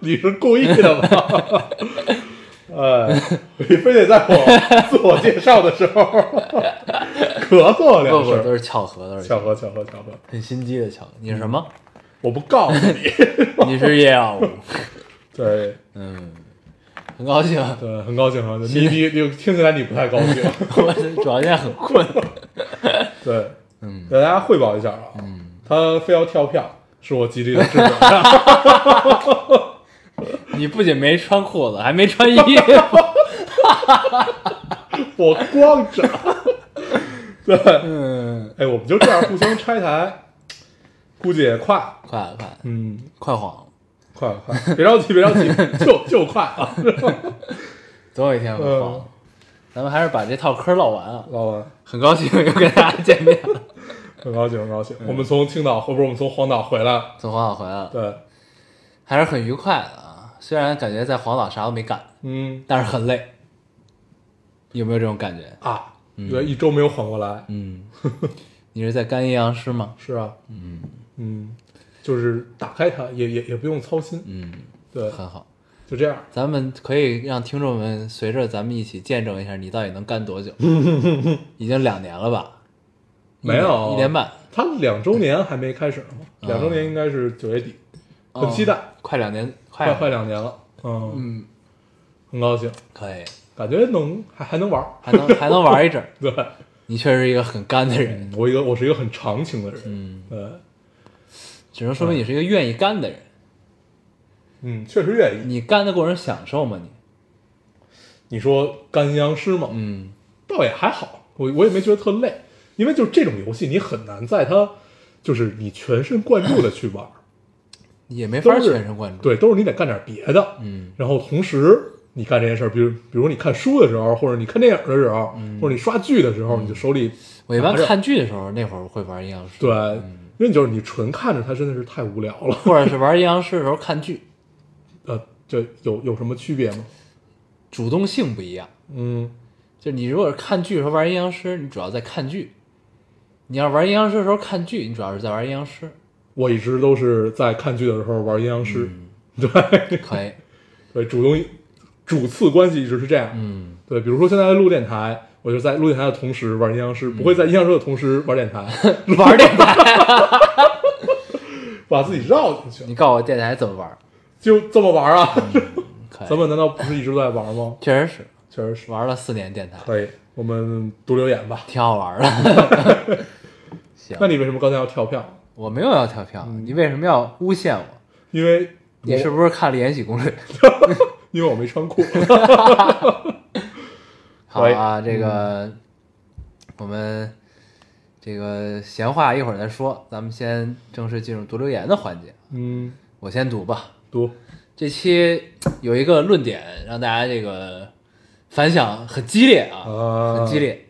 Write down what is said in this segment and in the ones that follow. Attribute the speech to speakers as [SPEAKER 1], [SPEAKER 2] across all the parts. [SPEAKER 1] 你是故意 的吧？哎，你非得在我自我介绍的时 候咳嗽
[SPEAKER 2] 不
[SPEAKER 1] 两
[SPEAKER 2] 不，都
[SPEAKER 1] 声，
[SPEAKER 2] 是巧合，都是
[SPEAKER 1] 巧合，巧合，巧合！
[SPEAKER 2] 很心机的巧合。你是什么？
[SPEAKER 1] 我不告诉你，
[SPEAKER 2] 你是叶耀武。
[SPEAKER 1] 对
[SPEAKER 2] 嗯，很高兴，啊
[SPEAKER 1] 对，很高兴，很高 兴。你你你，听起来你不太高兴，
[SPEAKER 2] 我主要现在很困。
[SPEAKER 1] 对，
[SPEAKER 2] 嗯，
[SPEAKER 1] 给大家汇报一下啊，他非要跳票，是我极力的制 止。
[SPEAKER 2] 你不仅没穿裤子，还没穿衣 服。
[SPEAKER 1] 我光 着。对，
[SPEAKER 2] 嗯，
[SPEAKER 1] 哎，我们就这样互相拆台，估计也快，
[SPEAKER 2] 快快
[SPEAKER 1] 嗯，
[SPEAKER 2] 快晃，
[SPEAKER 1] 快快， 别着急，别着 急，就就快啊！
[SPEAKER 2] 总有一天会晃
[SPEAKER 1] 嗯。
[SPEAKER 2] 咱们还是把这套嗑唠完啊！
[SPEAKER 1] 老板，
[SPEAKER 2] 很高兴又跟大家见面 了，
[SPEAKER 1] 很高兴，很高兴。我们从青岛，或者我们从黄岛回来，
[SPEAKER 2] 从黄岛回来了，
[SPEAKER 1] 对，
[SPEAKER 2] 还是很愉快的啊。虽然感觉在黄岛啥都没干，
[SPEAKER 1] 嗯
[SPEAKER 2] 但是很累，有没有这种感觉？
[SPEAKER 1] 啊，对，一周没有缓过来，
[SPEAKER 2] 嗯， 你是在干阴阳师吗？
[SPEAKER 1] 是啊，嗯嗯，就是打开它，也也也不用操心，
[SPEAKER 2] 嗯，
[SPEAKER 1] 对，
[SPEAKER 2] 很好，
[SPEAKER 1] 就这样。
[SPEAKER 2] 咱们可以让听众们随着咱们一起见证一下你到底能干 多久。已经两年了吧？一
[SPEAKER 1] 没
[SPEAKER 2] 年
[SPEAKER 1] 有嗯
[SPEAKER 2] 一年半，
[SPEAKER 1] 它两周年还没开始呢吗？两周年应该是九月底，很期待，
[SPEAKER 2] 哦快两年，
[SPEAKER 1] 快
[SPEAKER 2] 快
[SPEAKER 1] 快两年了，嗯，
[SPEAKER 2] 嗯，
[SPEAKER 1] 很高兴，
[SPEAKER 2] 可以，
[SPEAKER 1] 感觉能还还能玩儿，
[SPEAKER 2] 还能还能玩一阵儿。
[SPEAKER 1] 对，
[SPEAKER 2] 你确实是一个很干的人，
[SPEAKER 1] 我一个我是一个很长情的人，
[SPEAKER 2] 嗯，
[SPEAKER 1] 对，
[SPEAKER 2] 只能说明你是一个愿意干的人。
[SPEAKER 1] 嗯，确实愿意。
[SPEAKER 2] 你干的过程享受吗？你，
[SPEAKER 1] 你说干阴阳师吗？
[SPEAKER 2] 嗯，
[SPEAKER 1] 倒也还好，我我也没觉得特累，因为就是这种游戏你很难在它，就是你全神贯注的去玩儿，
[SPEAKER 2] 也没法
[SPEAKER 1] 都是
[SPEAKER 2] 全神贯注。，
[SPEAKER 1] 对，都是你得干点别的，
[SPEAKER 2] 嗯，
[SPEAKER 1] 然后同时你干这件事儿，比如比如你看书的时候，或者你看电影的时候，或者你刷剧的时候，你就手里
[SPEAKER 2] 嗯我一般
[SPEAKER 1] 拿着
[SPEAKER 2] 看剧嗯的时候，那会儿会玩阴阳师，
[SPEAKER 1] 对，因为你就是你纯看着它真的是太无聊了，
[SPEAKER 2] 或者是玩阴阳师的时候看剧，嗯
[SPEAKER 1] 呃，这有有什么区别吗？
[SPEAKER 2] 主动性不一样。
[SPEAKER 1] 嗯，
[SPEAKER 2] 就你如果是看剧的时候玩阴阳师，你主要在看剧；你要玩阴阳师的时候看剧，你主要是在玩阴阳师。
[SPEAKER 1] 我一直都是在看剧的时候玩阴阳师，
[SPEAKER 2] 嗯可以，
[SPEAKER 1] 对，主动主次关系一直是这样，
[SPEAKER 2] 嗯，
[SPEAKER 1] 对，比如说现在录电台，我就在录电台的同时玩阴阳师，不会在阴阳师的同时玩电台，
[SPEAKER 2] 玩电台，
[SPEAKER 1] 把自己绕进去了，
[SPEAKER 2] 你告诉我电台怎么玩？
[SPEAKER 1] 就这么玩啊？
[SPEAKER 2] 嗯可以，
[SPEAKER 1] 咱们难道不是一直在玩吗？
[SPEAKER 2] 确实是
[SPEAKER 1] 确实是，
[SPEAKER 2] 玩了四年电台，
[SPEAKER 1] 可以，我们读留言吧。
[SPEAKER 2] 挺好玩的。 行
[SPEAKER 1] 那，你为什么刚才要跳票？
[SPEAKER 2] 我没有要跳票，你为什么要诬陷嗯我？
[SPEAKER 1] 因为
[SPEAKER 2] 你是
[SPEAKER 1] 我
[SPEAKER 2] 不是看了《延禧攻 略》？
[SPEAKER 1] 因为我没 穿裤。
[SPEAKER 2] 好啊，这个我们这个闲话一会儿再说，咱们先正式进入读留言的环节。
[SPEAKER 1] 嗯，
[SPEAKER 2] 我先读吧。
[SPEAKER 1] 读
[SPEAKER 2] 这期有一个论点让大家这个反响很激烈啊，
[SPEAKER 1] 啊，
[SPEAKER 2] 很激。烈。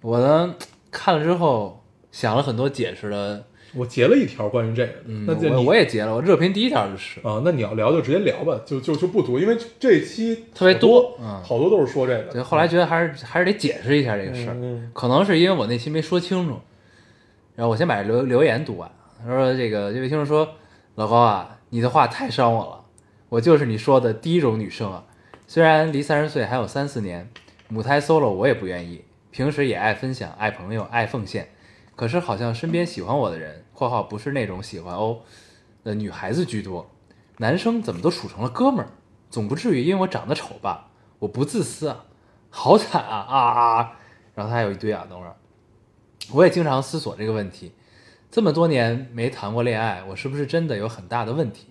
[SPEAKER 2] 我呢看了之后想了很多解释的，
[SPEAKER 1] 我截了一条关于这个的，
[SPEAKER 2] 嗯，
[SPEAKER 1] 那就
[SPEAKER 2] 我
[SPEAKER 1] 你
[SPEAKER 2] 我也截了，我热评第一条就是，
[SPEAKER 1] 啊，那你要聊就直接聊吧，就就就不读，因为这一期
[SPEAKER 2] 特别
[SPEAKER 1] 好
[SPEAKER 2] 多
[SPEAKER 1] 多，
[SPEAKER 2] 嗯
[SPEAKER 1] 好多都是说这个
[SPEAKER 2] 对，
[SPEAKER 1] 的。
[SPEAKER 2] 后来觉得还是还是得解释一下这个事儿，
[SPEAKER 1] 嗯嗯
[SPEAKER 2] 可能是因为我那期没说清楚，然后我先把这留留言读完。他说这个这位听众说，老高啊，你的话太伤我了，啊我就是你说的第一种女生啊，虽然离三十岁还有三四年，母胎 solo 我也不愿意，平时也爱分享、爱朋友、爱奉献，可是好像身边喜欢我的人（括号不是那种喜欢哦）的女孩子居多，男生怎么都处成了哥们儿，总不至于因为我长得丑吧？我不自私啊，好惨啊啊啊！然后他还有一堆啊，等会儿，我也经常思索这个问题，这么多年没谈过恋爱，我是不是真的有很大的问题？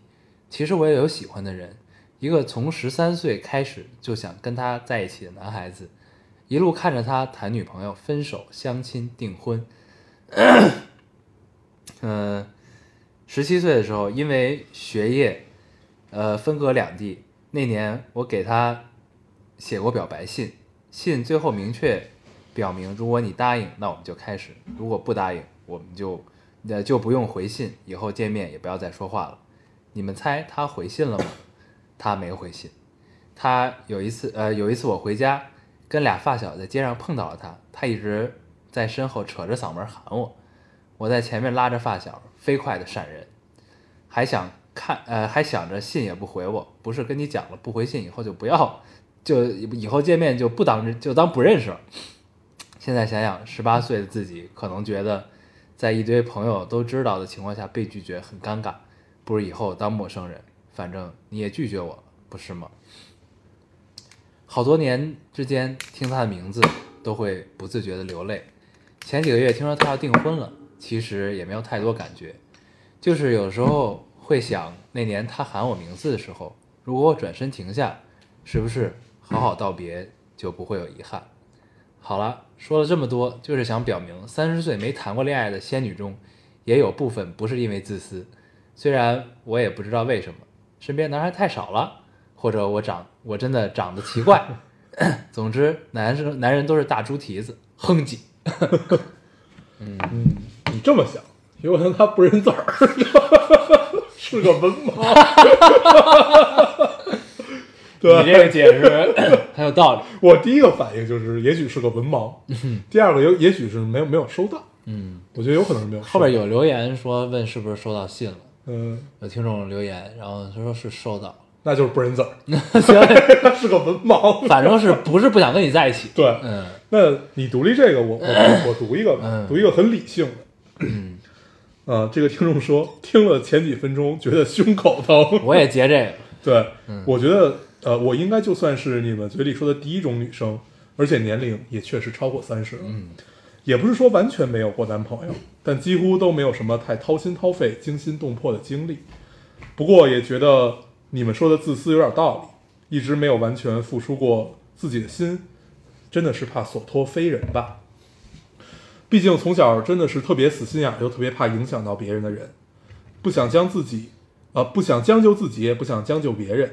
[SPEAKER 2] 其实我也有喜欢的人，一个从十三岁开始就想跟他在一起的男孩子，一路看着他谈女朋友、分手、相亲、订婚。嗯、呃十七岁的时候，因为学业，呃，分隔两地，那年我给他写过表白信，信最后明确表明，如果你答应，那我们就开始；如果不答应，我们就呃就不用回信，以后见面也不要再说话了。你们猜他回信了吗？他没回信。他有一次，呃，有一次我回家，跟俩发小在街上碰到了他，他一直在身后扯着嗓门喊我，我在前面拉着发小，飞快的闪人，还想看，呃，还想着信也不回我，不是跟你讲了，不回信以后就不要，就以后见面就不当就当不认识了。现在想想，十八岁的自己可能觉得，在一堆朋友都知道的情况下被拒绝很尴尬，不如以后当陌生人，反正你也拒绝我了，不是吗？好多年之间听他的名字都会不自觉的流泪。前几个月听说他要订婚了，其实也没有太多感觉，就是有时候会想，那年他喊我名字的时候，如果我转身停下，是不是好好道别就不会有遗憾？好了，说了这么多，就是想表明，三十岁没谈过恋爱的仙女中，也有部分不是因为自私。虽然我也不知道为什么，身边男孩太少了，或者我长我真的长得奇怪。 总之，男生男人都是大猪蹄子，哼唧。
[SPEAKER 1] 你这么想，有可能他不认字儿， 是个文盲。
[SPEAKER 2] 你这
[SPEAKER 1] 对，
[SPEAKER 2] 个解释很有道理。
[SPEAKER 1] 我第一个反应就是，也许是个文盲；第二个有，也许是没有没有收到。
[SPEAKER 2] 嗯，
[SPEAKER 1] 我觉得有可能是没有收到。
[SPEAKER 2] 后边有留言说问是不是收到信了，
[SPEAKER 1] 嗯，
[SPEAKER 2] 有听众留言，然后他说是收到 了，
[SPEAKER 1] 那就是不认 字儿，
[SPEAKER 2] 行
[SPEAKER 1] 他是个文盲。
[SPEAKER 2] 反正是不是不想跟你在一起？
[SPEAKER 1] 对，
[SPEAKER 2] 嗯，
[SPEAKER 1] 那你独立这个，我我我读一个吧，
[SPEAKER 2] 嗯
[SPEAKER 1] 读一个很理性的。啊，这个听众说，听了前几分钟觉得胸口疼。
[SPEAKER 2] 我也截这个。
[SPEAKER 1] 对，我觉得呃，我应该就算是你们嘴里说的第一种女生，而且年龄也确实超过三十了。嗯，也不是说完全没有过男朋友，但几乎都没有什么太掏心掏肺、惊心动魄的经历。不过也觉得你们说的自私有点道理，一直没有完全付出过自己的心，真的是怕所托非人吧。毕竟从小真的是特别死心眼儿，又特别怕影响到别人的人，不想将自己，呃，不想将就自己，也不想将就别人。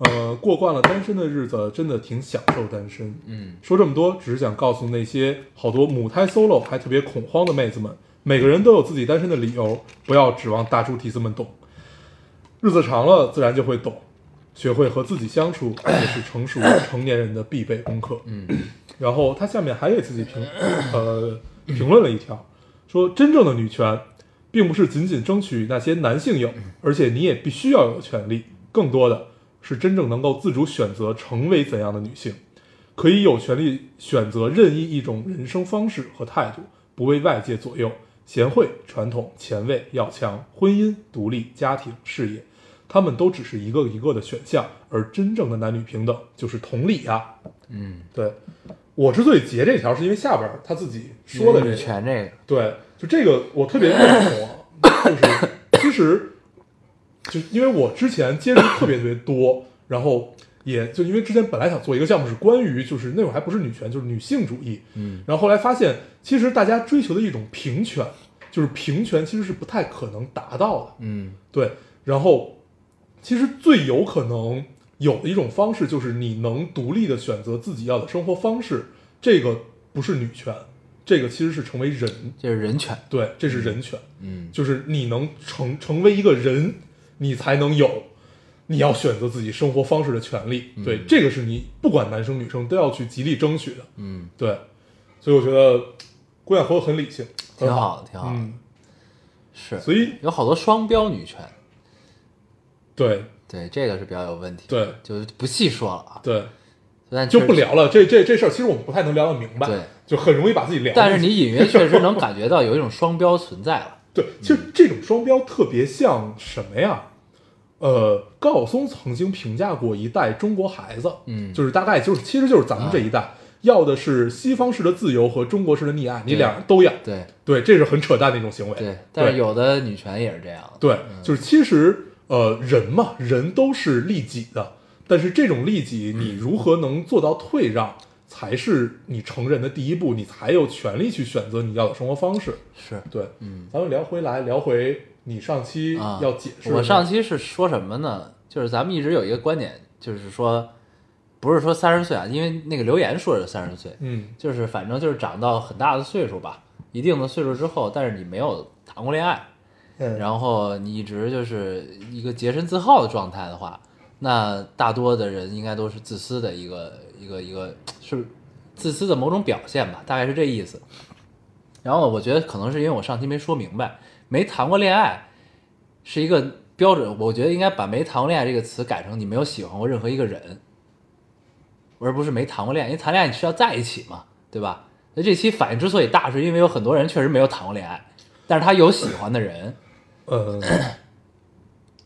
[SPEAKER 1] 呃，过惯了单身的日子，真的挺享受单身。
[SPEAKER 2] 嗯，
[SPEAKER 1] 说这么多，只是想告诉那些好多母胎 solo 还特别恐慌的妹子们，每个人都有自己单身的理由，不要指望大猪蹄子们懂。日子长了，自然就会懂。学会和自己相处，也是成熟成年人的必备功课。嗯，然后他下面还给自己评呃评论了一条，说真正的女权，并不是仅仅争取那些男性有，
[SPEAKER 2] 嗯
[SPEAKER 1] 而且你也必须要有权利，更多的是真正能够自主选择成为怎样的女性，可以有权利选择任意一种人生方式和态度，不为外界左右。贤惠、传统、前卫、要强，婚姻、独立、家庭、事业，他们都只是一个一个的选项，而真正的男女平等就是同理啊。
[SPEAKER 2] 嗯，
[SPEAKER 1] 对，我之所以截这条，是因为下边儿他自己说的这
[SPEAKER 2] 女
[SPEAKER 1] 个，
[SPEAKER 2] 权这个，
[SPEAKER 1] 对，就这个我特别认同啊，就是其实就因为我之前接触特别特别多，然后也就因为之前本来想做一个项目是关于就是那会儿还不是女权，就是女性主义，
[SPEAKER 2] 嗯，
[SPEAKER 1] 然后后来发现其实大家追求的一种平权，就是平权其实是不太可能达到的，
[SPEAKER 2] 嗯
[SPEAKER 1] 对，然后其实最有可能有的一种方式就是你能独立的选择自己要的生活方式，这个不是女权，这个其实是成为人，
[SPEAKER 2] 这是人权。
[SPEAKER 1] 对，这是人权，
[SPEAKER 2] 嗯
[SPEAKER 1] 就是你能成成为一个人，你才能有你要选择自己生活方式的权利，
[SPEAKER 2] 嗯
[SPEAKER 1] 对，这个是你不管男生女生都要去极力争取的，
[SPEAKER 2] 嗯，
[SPEAKER 1] 对，所以我觉得姑娘活得很理性，很
[SPEAKER 2] 挺好的，挺好的。
[SPEAKER 1] 嗯，
[SPEAKER 2] 是，
[SPEAKER 1] 所以
[SPEAKER 2] 有好多双标女权，
[SPEAKER 1] 对
[SPEAKER 2] 对这个是比较有问题。，
[SPEAKER 1] 对
[SPEAKER 2] 就不细说了啊，
[SPEAKER 1] 对。
[SPEAKER 2] 但
[SPEAKER 1] 就
[SPEAKER 2] 确
[SPEAKER 1] 不
[SPEAKER 2] 实。
[SPEAKER 1] 聊了。这这这事儿，其实我们不太能聊得明白，
[SPEAKER 2] 对，
[SPEAKER 1] 就很容易把自己聊进去。
[SPEAKER 2] 但是你隐约确实能感觉到有一种双标存在了。
[SPEAKER 1] 对，其实这种双标特别像什么呀？呃，高晓松曾经评价过一代中国孩子，
[SPEAKER 2] 嗯啊
[SPEAKER 1] 就是大概就是其实就是咱们这一代、要的是西方式的自由和中国式的溺爱，你
[SPEAKER 2] 对
[SPEAKER 1] 俩人都要。
[SPEAKER 2] 对
[SPEAKER 1] 对，这是很扯淡的一种行为。
[SPEAKER 2] 对，但是有的女权也是这样的。嗯
[SPEAKER 1] 对，就是其实呃，人嘛，人都是利己的，但是这种利己，
[SPEAKER 2] 嗯
[SPEAKER 1] 你如何能做到退让，才是你成人的第一步，你才有权利去选择你要的生活方式。
[SPEAKER 2] 是，
[SPEAKER 1] 对，嗯，咱们聊回来，聊回你上期
[SPEAKER 2] 啊，
[SPEAKER 1] 要解释的，
[SPEAKER 2] 我上期是说什么呢？就是咱们一直有一个观点，就是说，不是说三十岁啊，因为那个留言说是三十岁，
[SPEAKER 1] 嗯
[SPEAKER 2] 就是反正就是长到很大的岁数吧，一定的岁数之后，但是你没有谈过恋爱，
[SPEAKER 1] 嗯，
[SPEAKER 2] 然后你一直就是一个洁身自好的状态的话，那大多的人应该都是自私的一个一个一个是自私的某种表现吧，大概是这意思。然后我觉得可能是因为我上期没说明白，没谈过恋爱是一个标准，我觉得应该把“没谈过恋爱”这个词改成你没有喜欢过任何一个人，而不是没谈过恋爱，因为谈恋爱你是要在一起嘛，对吧？那这期反应之所以大，是因为有很多人确实没有谈过恋爱，但是他有喜欢的人。
[SPEAKER 1] 呃，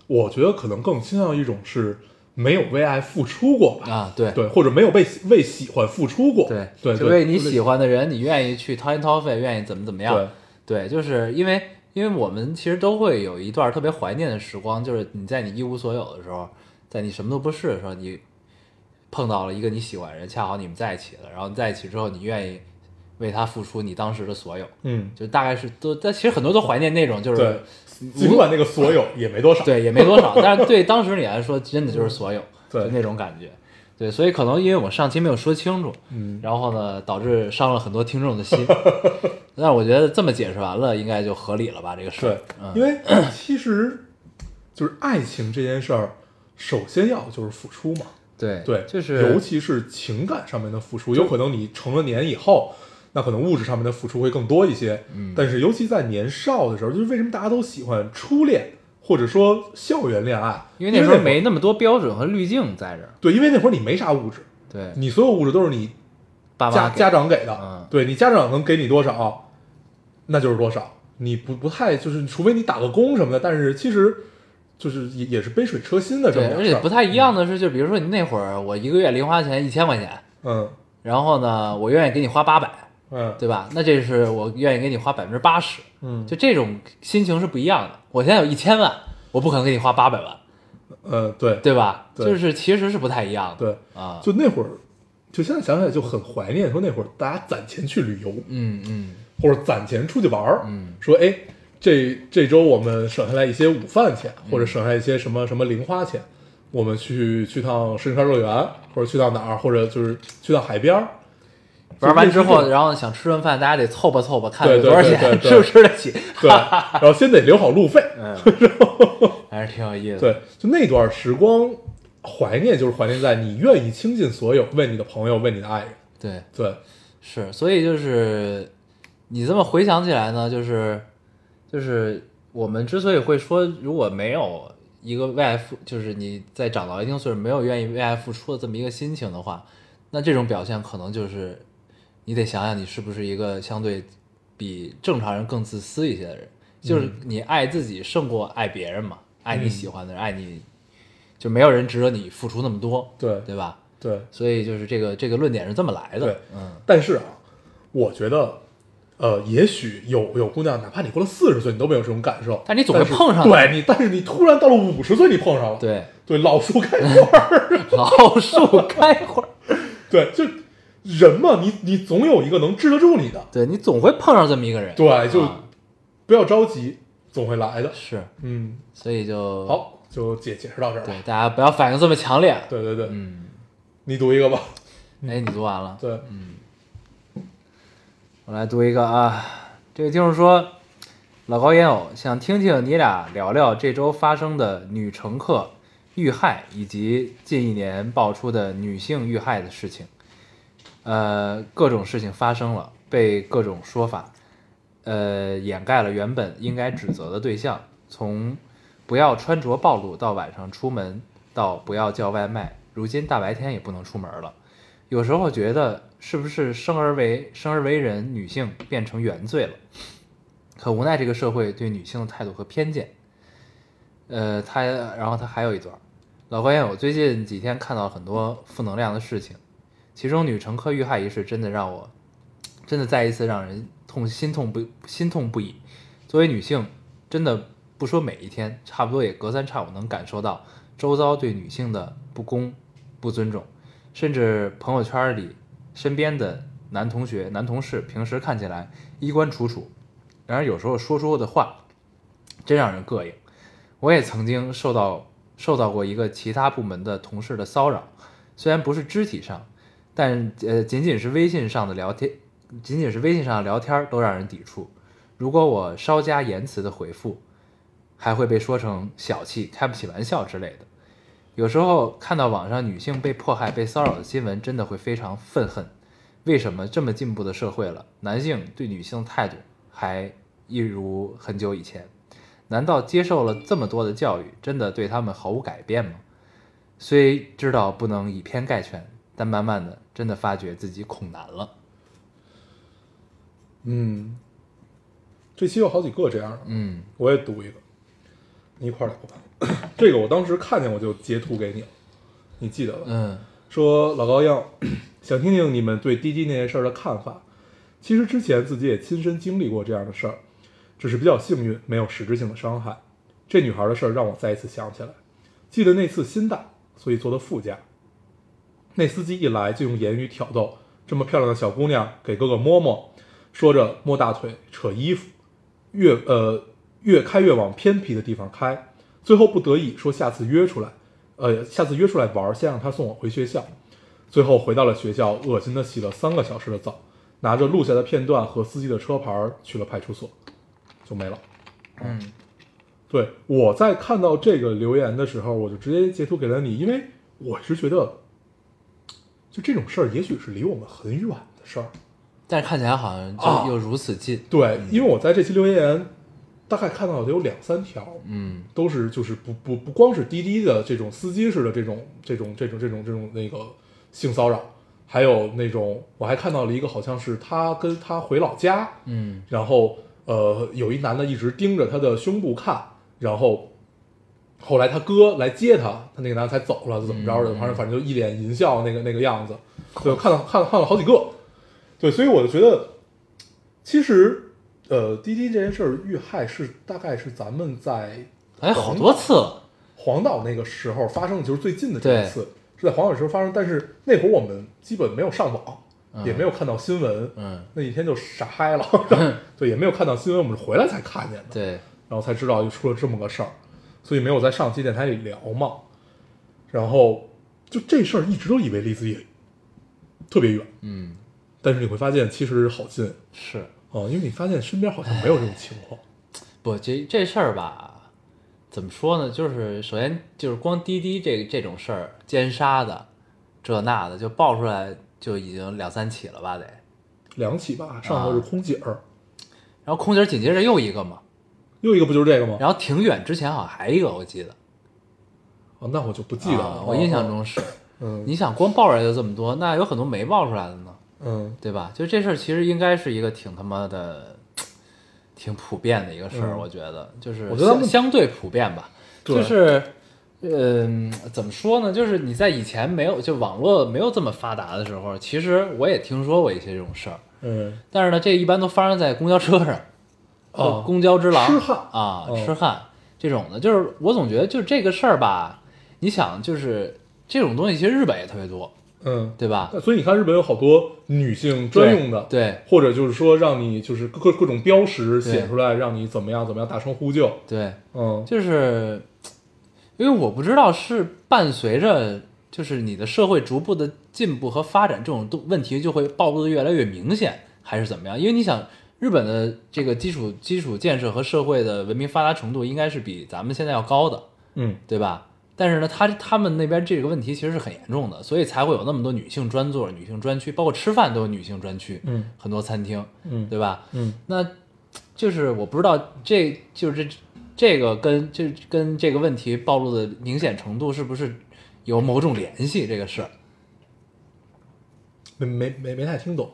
[SPEAKER 1] 我觉得可能更倾向于一种是没有为爱付出过吧，
[SPEAKER 2] 啊，对
[SPEAKER 1] 对，或者没有为为喜欢付出过，
[SPEAKER 2] 对
[SPEAKER 1] 对
[SPEAKER 2] 就
[SPEAKER 1] 对，
[SPEAKER 2] 为你
[SPEAKER 1] 就类
[SPEAKER 2] 喜欢的人，你愿意去掏心掏肺，愿意怎么怎么样，对，就是因为因为我们其实都会有一段特别怀念的时光，就是你在你一无所有的时候，在你什么都不是的时候，你碰到了一个你喜欢的人，恰好你们在一起了，然后在一起之后，你愿意为他付出你当时的所有，
[SPEAKER 1] 嗯，
[SPEAKER 2] 就大概是都，但其实很多都怀念那种就是
[SPEAKER 1] 对，尽管那个所有也没多 少，
[SPEAKER 2] 对，也没多少，但是对当时你来说，真的就是所有，
[SPEAKER 1] 对
[SPEAKER 2] 就那种感觉。对，所以可能因为我上期没有说清楚，
[SPEAKER 1] 嗯
[SPEAKER 2] 然后呢，导致伤了很多听众的 心。但是我觉得这么解释完了，应该就合理了吧？这个事儿
[SPEAKER 1] 对，，因为其实就是爱情这件事儿，首先要就是付出嘛，
[SPEAKER 2] 对
[SPEAKER 1] 对，
[SPEAKER 2] 就是
[SPEAKER 1] 尤其是情感上面的付出，有可能你成了年以后，那可能物质上面的付出会更多一些。嗯，但是尤其在年少的时候，就是为什么大家都喜欢初恋，或者说校园恋爱，
[SPEAKER 2] 因
[SPEAKER 1] 因
[SPEAKER 2] 为那时
[SPEAKER 1] 会
[SPEAKER 2] 候
[SPEAKER 1] 儿
[SPEAKER 2] 没那么多标准和滤镜在这儿，
[SPEAKER 1] 对，因为那会儿你没啥物质，
[SPEAKER 2] 对，
[SPEAKER 1] 你所有物质都是你
[SPEAKER 2] 爸妈
[SPEAKER 1] 家
[SPEAKER 2] 给
[SPEAKER 1] 家长给嗯的，
[SPEAKER 2] 嗯
[SPEAKER 1] 对你家长能给你多少，那就是多少。你不不太就是，除非你打个工什么的，但是其实就是也也是杯水车薪的这么
[SPEAKER 2] 对，
[SPEAKER 1] 点
[SPEAKER 2] 而
[SPEAKER 1] 事
[SPEAKER 2] 且
[SPEAKER 1] 儿
[SPEAKER 2] 不太一样的是，就比如说你那会儿，我一个月零花钱一千块钱，
[SPEAKER 1] 嗯
[SPEAKER 2] 然后呢，我愿意给你花八百，
[SPEAKER 1] 嗯
[SPEAKER 2] 对吧？那这是我愿意给你花百分之八十，
[SPEAKER 1] 嗯
[SPEAKER 2] 就这种心情是不一样的。我现在有一千万，我不可能给你花八百万，
[SPEAKER 1] 呃对
[SPEAKER 2] 对吧？
[SPEAKER 1] 对
[SPEAKER 2] 就是其实是不太一样的。
[SPEAKER 1] 对，
[SPEAKER 2] 啊，
[SPEAKER 1] 就那会儿，就现在想起来就很怀念，说那会儿大家攒钱去旅游，
[SPEAKER 2] 嗯嗯
[SPEAKER 1] 或者攒钱出去玩儿，嗯，说哎，这这周我们省下来一些午饭钱，
[SPEAKER 2] 嗯
[SPEAKER 1] 或者省下来一些什么什么零花钱，我们去去趟深山乐园，或者去到哪儿，或者就是去到 海边儿，
[SPEAKER 2] 玩完之后，
[SPEAKER 1] 就
[SPEAKER 2] 然后想吃顿饭，大家得凑吧凑吧，看
[SPEAKER 1] 对
[SPEAKER 2] 有多少
[SPEAKER 1] 对对
[SPEAKER 2] 钱，
[SPEAKER 1] 对对嗯
[SPEAKER 2] 吃不吃得起，
[SPEAKER 1] 对，然后先得留好路费，
[SPEAKER 2] 还是挺有意思的。
[SPEAKER 1] 对，就那段时光怀念，就是怀念在你愿意倾尽所有为你的朋友，为你的爱人，
[SPEAKER 2] 对，
[SPEAKER 1] 对，
[SPEAKER 2] 是，所以就是你这么回想起来呢，就是就是我们之所以会说，如果没有一个为爱付，就是你在长到一定岁数没有愿意为爱付出的这么一个心情的话，那这种表现可能就是你得想想你是不是一个相对比正常人更自私一些的人，就是你爱自己胜过爱别人嘛，爱你喜欢的人，爱你就没有人值得你付出那么多，
[SPEAKER 1] 对
[SPEAKER 2] 对吧？
[SPEAKER 1] 对，
[SPEAKER 2] 所以就是这个这个论点是这么来的
[SPEAKER 1] 对，
[SPEAKER 2] 嗯。
[SPEAKER 1] 但是啊，我觉得，呃，也许有有姑娘，哪怕你过了四十岁，你都没有这种感受，
[SPEAKER 2] 但你总会碰上
[SPEAKER 1] 对你，但是你突然到了五十岁，你碰上了，
[SPEAKER 2] 对，
[SPEAKER 1] 对，老树开花儿，
[SPEAKER 2] 老树开花。
[SPEAKER 1] 对，就人嘛，你你总有一个能治得住你的，
[SPEAKER 2] 对你总会碰上这么一个人。
[SPEAKER 1] 对，就
[SPEAKER 2] 啊
[SPEAKER 1] 不要着急，总会来的，
[SPEAKER 2] 是，
[SPEAKER 1] 嗯，
[SPEAKER 2] 所以就，
[SPEAKER 1] 好，就解解释到这儿吧
[SPEAKER 2] 对，大家不要反应这么强烈。
[SPEAKER 1] 对对对，
[SPEAKER 2] 嗯，
[SPEAKER 1] 你读一个吧，
[SPEAKER 2] 哎，你读完了，
[SPEAKER 1] 对，
[SPEAKER 2] 我来读一个啊。这个听众说，老高烟友想听听你俩聊聊这周发生的女乘客遇害，以及近一年爆出的女性遇害的事情。呃，各种事情发生了，被各种说法，呃，掩盖了原本应该指责的对象，从不要穿着暴露到晚上出门，到不要叫外卖，如今大白天也不能出门了。有时候觉得是不是生而为生而为人，女性变成原罪了？可无奈这个社会对女性的态度和偏见。呃，他然后他还有一段儿，老关键我最近几天看到很多负能量的事情，其中女乘客遇害一事真的让我，真的再一次让人痛心痛不心痛不已。作为女性，真的不说每一天，差不多也隔三差五能感受到周遭对女性的不公、不尊重，甚至朋友圈里身边的男同学、男同事，平时看起来衣冠楚楚，然而有时候说出的话，真让人膈应。我也曾经受到受到过一个其他部门的同事的骚扰，虽然不是肢体上，但呃仅仅是微信上的聊天，仅仅是微信上的聊天儿都让人抵触。如果我稍加言辞的回复，还会被说成小气、开不起玩笑之类的。有时候看到网上女性被迫害、被骚扰的新闻，真的会非常愤恨。为什么这么进步的社会了，男性对女性态度还一如很久以前？难道接受了这么多的教育，真的对他们毫无改变吗？虽知道不能以偏概全，但慢慢的，真的发觉自己恐难了。
[SPEAKER 1] 嗯，这期有好几个这样的，
[SPEAKER 2] 嗯
[SPEAKER 1] 我也读一个，你一块儿来吧。 这个我当时看见我就截图给你了，你记得吧？
[SPEAKER 2] 嗯
[SPEAKER 1] 说老高要 想听听你们对滴滴那件事儿的看法。其实之前自己也亲身经历过这样的事儿，只是比较幸运，没有实质性的伤害。这女孩的事儿让我再一次想起来，记得那次心大，所以坐的副驾。那司机一来就用言语挑逗，这么漂亮的小姑娘给哥哥摸摸，说着摸大腿、扯衣服，越呃越开越往偏僻的地方开，最后不得已说下次约出来，呃下次约出来玩儿，先让他送我回学校。最后回到了学校，恶心的洗了三个小时的澡，拿着录下的片段和司机的车牌儿去了派出所，就没了。
[SPEAKER 2] 嗯
[SPEAKER 1] 对我在看到这个留言的时候，我就直接截图给了你，因为我是觉得，就这种事儿也许是离我们很远的事儿。
[SPEAKER 2] 但是看起来好像
[SPEAKER 1] 啊
[SPEAKER 2] 就又如此近。嗯
[SPEAKER 1] 对，因为我在这期留言大概看到的有两三条，
[SPEAKER 2] 嗯
[SPEAKER 1] 都是就是不不不光是滴滴的这种司机式的这种这种这种这种这种那个性骚扰，还有那种我还看到了一个好像是他跟他回老家，
[SPEAKER 2] 嗯
[SPEAKER 1] 然后呃有一男的一直盯着他的胸部看，然后后来他哥来接他，他那个男的才走了，怎么着的，反正反正就一脸淫笑那个那个样子，对，看到看看了好几个，对，所以我就觉得其实呃滴滴这件事儿遇害是大概是咱们在。
[SPEAKER 2] 哎，好多次了。
[SPEAKER 1] 黄岛那个时候发生的就是最近的这
[SPEAKER 2] 对
[SPEAKER 1] 一次，是在黄岛的时候发生，但是那会儿我们基本没有上网，也没有看到新闻，
[SPEAKER 2] 嗯，
[SPEAKER 1] 那一天就傻嗨 了，对，也没有看到新闻，我们是回来才看见的，
[SPEAKER 2] 对，
[SPEAKER 1] 然后才知道又出了这么个事儿，所以没有在上期电台里聊嘛，然后就这事儿一直都以为离自己特别远，
[SPEAKER 2] 嗯
[SPEAKER 1] 但是你会发现其实好近
[SPEAKER 2] 是。
[SPEAKER 1] 哦、因为你发现身边好像没有这种情况，
[SPEAKER 2] 不，这这事儿吧，怎么说呢？就是首先就是光滴滴这这种事儿，奸杀的，这那的，就爆出来就已经两三起了吧得。
[SPEAKER 1] 两起吧，上
[SPEAKER 2] 啊
[SPEAKER 1] 头是空姐儿，
[SPEAKER 2] 然后空姐儿紧接着又一个嘛，
[SPEAKER 1] 又一个不就是这个吗？
[SPEAKER 2] 然后挺远之前好像还一个，我记得，
[SPEAKER 1] 哦，那我就不记得了，
[SPEAKER 2] 啊
[SPEAKER 1] 哦
[SPEAKER 2] 我印象，中是。
[SPEAKER 1] 嗯，
[SPEAKER 2] 你想，光爆出来就这么多，那有很多没爆出来的呢，
[SPEAKER 1] 嗯
[SPEAKER 2] 对吧？就这事儿其实应该是一个挺他妈的，挺普遍的一个事儿，
[SPEAKER 1] 嗯
[SPEAKER 2] 我觉得，就是
[SPEAKER 1] 我觉得他
[SPEAKER 2] 相
[SPEAKER 1] 们
[SPEAKER 2] 相对普遍吧，
[SPEAKER 1] 对
[SPEAKER 2] 就是。嗯，怎么说呢？就是你在以前没有就网络没有这么发达的时候，其实我也听说过一些这种事儿，
[SPEAKER 1] 嗯，
[SPEAKER 2] 但是呢，这一般都发生在公交车上，
[SPEAKER 1] 哦
[SPEAKER 2] 公交之狼，
[SPEAKER 1] 痴汉
[SPEAKER 2] 啊，
[SPEAKER 1] 哦
[SPEAKER 2] 痴汉这种的，就是我总觉得就是这个事儿吧，你想就是这种东西，其实日本也特别多，
[SPEAKER 1] 嗯，
[SPEAKER 2] 对吧？
[SPEAKER 1] 所以你看，日本有好多女性专用的，
[SPEAKER 2] 对对
[SPEAKER 1] 或者就是说让你就是各各种标识
[SPEAKER 2] 对
[SPEAKER 1] 写出来，让你怎么样怎么样大声呼救，
[SPEAKER 2] 对，
[SPEAKER 1] 嗯，
[SPEAKER 2] 就是因为我不知道是伴随着就是你的社会逐步的进步和发展，这种都问题就会暴露的越来越明显，还是怎么样？因为你想，日本的这个基础基础建设和社会的文明发达程度，应该是比咱们现在要高的，
[SPEAKER 1] 嗯，
[SPEAKER 2] 对吧？但是呢，他他们那边这个问题其实是很严重的，所以才会有那么多女性专座、女性专区，包括吃饭都有女性专区，
[SPEAKER 1] 嗯，
[SPEAKER 2] 很多餐厅，
[SPEAKER 1] 嗯
[SPEAKER 2] 对吧？
[SPEAKER 1] 嗯，
[SPEAKER 2] 那就是我不知道这就是这这个跟这跟这个问题暴露的明显程度是不是有某种联系？这个事儿
[SPEAKER 1] 没没没没太听懂，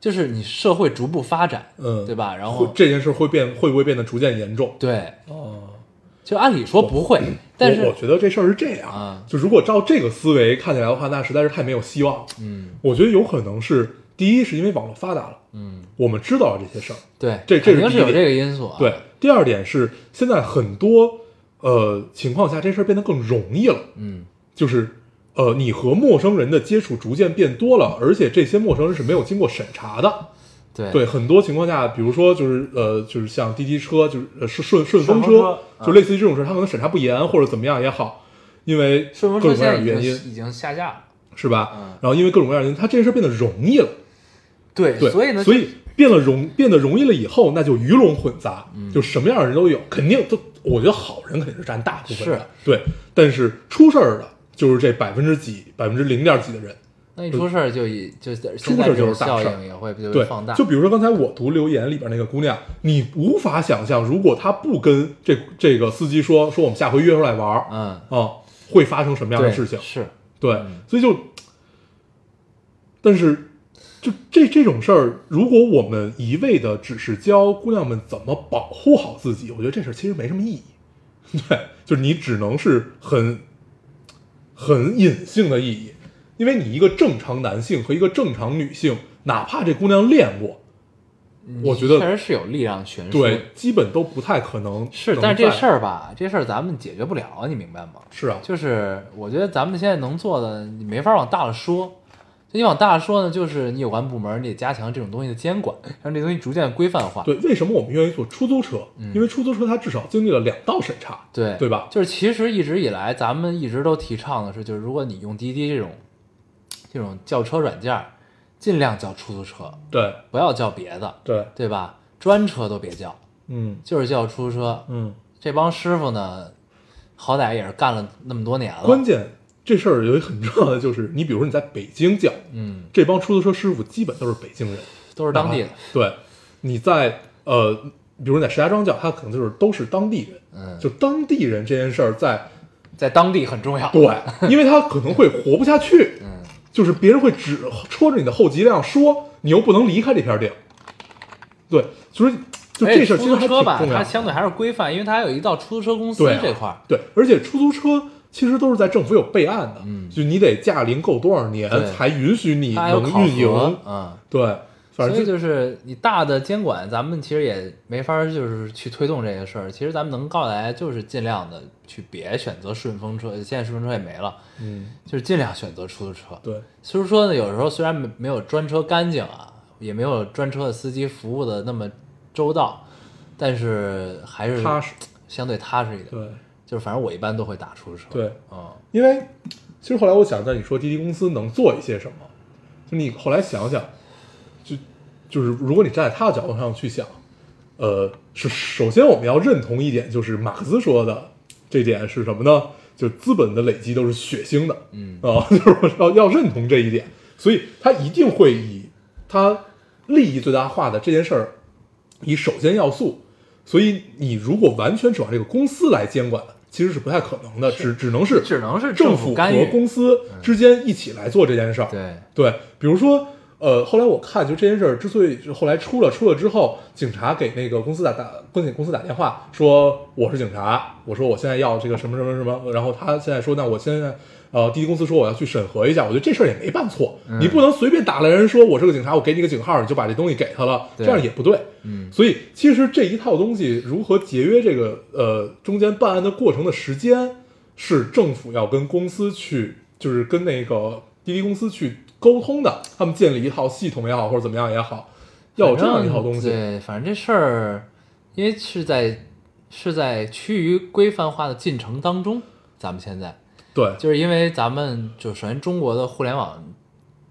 [SPEAKER 2] 就是你社会逐步发展，
[SPEAKER 1] 嗯，
[SPEAKER 2] 对吧？然
[SPEAKER 1] 会
[SPEAKER 2] 后
[SPEAKER 1] 这件事会变会不会变得逐渐严重？
[SPEAKER 2] 对，
[SPEAKER 1] 哦，
[SPEAKER 2] 就按理说不会，但
[SPEAKER 1] 我
[SPEAKER 2] 是
[SPEAKER 1] 我觉得这事儿是这样，
[SPEAKER 2] 啊
[SPEAKER 1] 就如果照这个思维看起来的话，那实在是太没有希望了。
[SPEAKER 2] 嗯
[SPEAKER 1] 我觉得有可能是第一是因为网络发达了，
[SPEAKER 2] 嗯，
[SPEAKER 1] 我们知道了这些事儿，
[SPEAKER 2] 对，
[SPEAKER 1] 这这是
[SPEAKER 2] 肯定是有
[SPEAKER 1] 第一
[SPEAKER 2] 这
[SPEAKER 1] 点
[SPEAKER 2] 个因素啊，
[SPEAKER 1] 对，第二点是现在很多呃情况下，这事儿变得更容易了，
[SPEAKER 2] 嗯
[SPEAKER 1] 就是呃你和陌生人的接触逐渐变多了，而且这些陌生人是没有经过审查的，
[SPEAKER 2] 对
[SPEAKER 1] 对，很多情况下，比如说就是呃，就是像滴滴车，就是呃是顺顺
[SPEAKER 2] 顺
[SPEAKER 1] 风
[SPEAKER 2] 风车啊
[SPEAKER 1] 就类似于这种事，他可能审查不严或者怎么样也好，因为各
[SPEAKER 2] 顺
[SPEAKER 1] 种
[SPEAKER 2] 风
[SPEAKER 1] 各
[SPEAKER 2] 车现
[SPEAKER 1] 样
[SPEAKER 2] 在
[SPEAKER 1] 的
[SPEAKER 2] 已
[SPEAKER 1] 原因
[SPEAKER 2] 经已经下架了，
[SPEAKER 1] 是吧？
[SPEAKER 2] 嗯
[SPEAKER 1] 然后因为各种各样的原因，它这件事变得容易了，
[SPEAKER 2] 对
[SPEAKER 1] 对，
[SPEAKER 2] 所以呢，
[SPEAKER 1] 所以变了容变得容易了以后，那就鱼龙混杂，就什么样的人都有，肯定都我觉得好人肯定是占大部分的
[SPEAKER 2] 是，
[SPEAKER 1] 对，但是出事儿的就是这百分之几、百分之零点几的人，
[SPEAKER 2] 那一出事儿就以就
[SPEAKER 1] 出
[SPEAKER 2] 现
[SPEAKER 1] 事
[SPEAKER 2] 在
[SPEAKER 1] 儿
[SPEAKER 2] 这
[SPEAKER 1] 就是
[SPEAKER 2] 种
[SPEAKER 1] 大
[SPEAKER 2] 效
[SPEAKER 1] 事儿
[SPEAKER 2] 应也会就
[SPEAKER 1] 对
[SPEAKER 2] 会放大，，
[SPEAKER 1] 就比如说刚才我读留言里边那个姑娘，你无法想象，如果她不跟这这个司机说说我们下回约出来玩儿啊、
[SPEAKER 2] 嗯，
[SPEAKER 1] 会发生什么样的
[SPEAKER 2] 对
[SPEAKER 1] 事情？
[SPEAKER 2] 是
[SPEAKER 1] 对，
[SPEAKER 2] 嗯
[SPEAKER 1] 所以就，但是就这这种事儿，如果我们一味的只是教姑娘们怎么保护好自己，我觉得这事儿其实没什么意义。 对，就是你只能是很很隐性的意义，因为你一个正常男性和一个正常女性，哪怕这姑娘练过，我觉
[SPEAKER 2] 嗯确
[SPEAKER 1] 得
[SPEAKER 2] 实是有力量悬殊，
[SPEAKER 1] 对，基本都不太可能
[SPEAKER 2] 是，
[SPEAKER 1] 能
[SPEAKER 2] 但是这
[SPEAKER 1] 在
[SPEAKER 2] 事儿吧，这事儿咱们解决不了啊，你明白吗？
[SPEAKER 1] 是啊，
[SPEAKER 2] 就是我觉得咱们现在能做的，你没法往大了说。就你往大了说呢，就是你有关部门你得加强这种东西的监管，让这东西逐渐规范化。
[SPEAKER 1] 对，为什么我们愿意做出租车？
[SPEAKER 2] 嗯
[SPEAKER 1] 因为出租车它至少经历了两道审查，
[SPEAKER 2] 对
[SPEAKER 1] 对吧
[SPEAKER 2] 就是其实一直以来，咱们一直都提倡的是，就是如果你用滴滴这种这种叫车软件儿，尽量叫出租车，
[SPEAKER 1] 对
[SPEAKER 2] 不要叫别的，
[SPEAKER 1] 对，
[SPEAKER 2] 对吧？专车都别叫，
[SPEAKER 1] 嗯
[SPEAKER 2] 就是叫出租车。
[SPEAKER 1] 嗯，
[SPEAKER 2] 这帮师傅呢，好歹也是干了那么多年了，
[SPEAKER 1] 关键这事儿有一个很重要的就是，你比如说你在北京叫，
[SPEAKER 2] 嗯，
[SPEAKER 1] 这帮出租车师傅基本都是北京人，
[SPEAKER 2] 都是当地的
[SPEAKER 1] 哪怕。对，你在呃，比如你在石家庄叫，他可能就是都是当地人，
[SPEAKER 2] 嗯
[SPEAKER 1] 就当地人这件事儿在
[SPEAKER 2] 在当地很重要。
[SPEAKER 1] 对，因为他可能会活不下去，嗯，就是别人会指戳着你的后脊梁说，你又不能离开这片地儿，对，就是就
[SPEAKER 2] 而且
[SPEAKER 1] 这事儿其实
[SPEAKER 2] 哎出租
[SPEAKER 1] 还挺
[SPEAKER 2] 车吧，
[SPEAKER 1] 重要
[SPEAKER 2] 它
[SPEAKER 1] 的。
[SPEAKER 2] 相对还是规范，因为它有一到出租车公司
[SPEAKER 1] 对啊
[SPEAKER 2] 这块儿。
[SPEAKER 1] 对，而且出租车其实都是在政府有备案的，
[SPEAKER 2] 嗯
[SPEAKER 1] 就你得驾龄够多少年
[SPEAKER 2] 对
[SPEAKER 1] 才允许你
[SPEAKER 2] 它还有
[SPEAKER 1] 能
[SPEAKER 2] 考
[SPEAKER 1] 运
[SPEAKER 2] 核
[SPEAKER 1] 营，，
[SPEAKER 2] 嗯，
[SPEAKER 1] 对，反
[SPEAKER 2] 所
[SPEAKER 1] 正
[SPEAKER 2] 以
[SPEAKER 1] 就
[SPEAKER 2] 就是你大的监管，咱们其实也没法儿就是去推动这个事儿。其实咱们能告诉大家，就是尽量的去别选择顺风车，现在顺风车也没了，
[SPEAKER 1] 嗯，
[SPEAKER 2] 就是尽量选择出租车。
[SPEAKER 1] 对，
[SPEAKER 2] 出租车呢，有时候虽然没没有专车干净啊，也没有专车的司机服务的那么周到，但是还是
[SPEAKER 1] 踏实，
[SPEAKER 2] 相对踏实一点。
[SPEAKER 1] 对
[SPEAKER 2] 就是反正我一般都会打出租车。
[SPEAKER 1] 对，
[SPEAKER 2] 嗯，
[SPEAKER 1] 因为其实后来我想，在你说滴滴公司能做一些什么，就你后来想想，就就是如果你站在他的角度上去想，呃，是首先我们要认同一点，就是马克思说的这点是什么呢？就资本的累积都是血腥的，
[SPEAKER 2] 嗯
[SPEAKER 1] 啊， 就是我要要认同这一点，所以他一定会以他利益最大化的这件事儿以首先要素。所以你如果完全指望这个公司来监管，其实是不太可能的，只只能是
[SPEAKER 2] 只能是
[SPEAKER 1] 政
[SPEAKER 2] 政府
[SPEAKER 1] 府
[SPEAKER 2] 干
[SPEAKER 1] 和
[SPEAKER 2] 预嗯
[SPEAKER 1] 公司之间一起来做这件事儿。
[SPEAKER 2] 对，
[SPEAKER 1] 对，比如说，呃，后来我看，就这件事儿之所以后来出了，出了之后，警察给那个公司打打公警公司打电话，说我是警察，我说我现在要这个什么什么什么，然后他现在说，那我现在。呃，滴滴公司说我要去审核一下，我觉得这事儿也没办错，你不能随便打来人说我是个警察，我给你个警号，你就把这东西给他了，这
[SPEAKER 2] 对
[SPEAKER 1] 样也不对。
[SPEAKER 2] 嗯，
[SPEAKER 1] 所以其实这一套东西如何节约这个呃中间办案的过程的时间，是政府要跟公司去，就是跟那个滴滴公司去沟通的，他们建立一套系统也好，或者怎么样也好，要有这样一套东
[SPEAKER 2] 反
[SPEAKER 1] 西。
[SPEAKER 2] 正对，反正这事儿，因为是在是在趋于规范化的进程当中，咱们现在
[SPEAKER 1] 对
[SPEAKER 2] 就是因为咱们就首先中国的互联网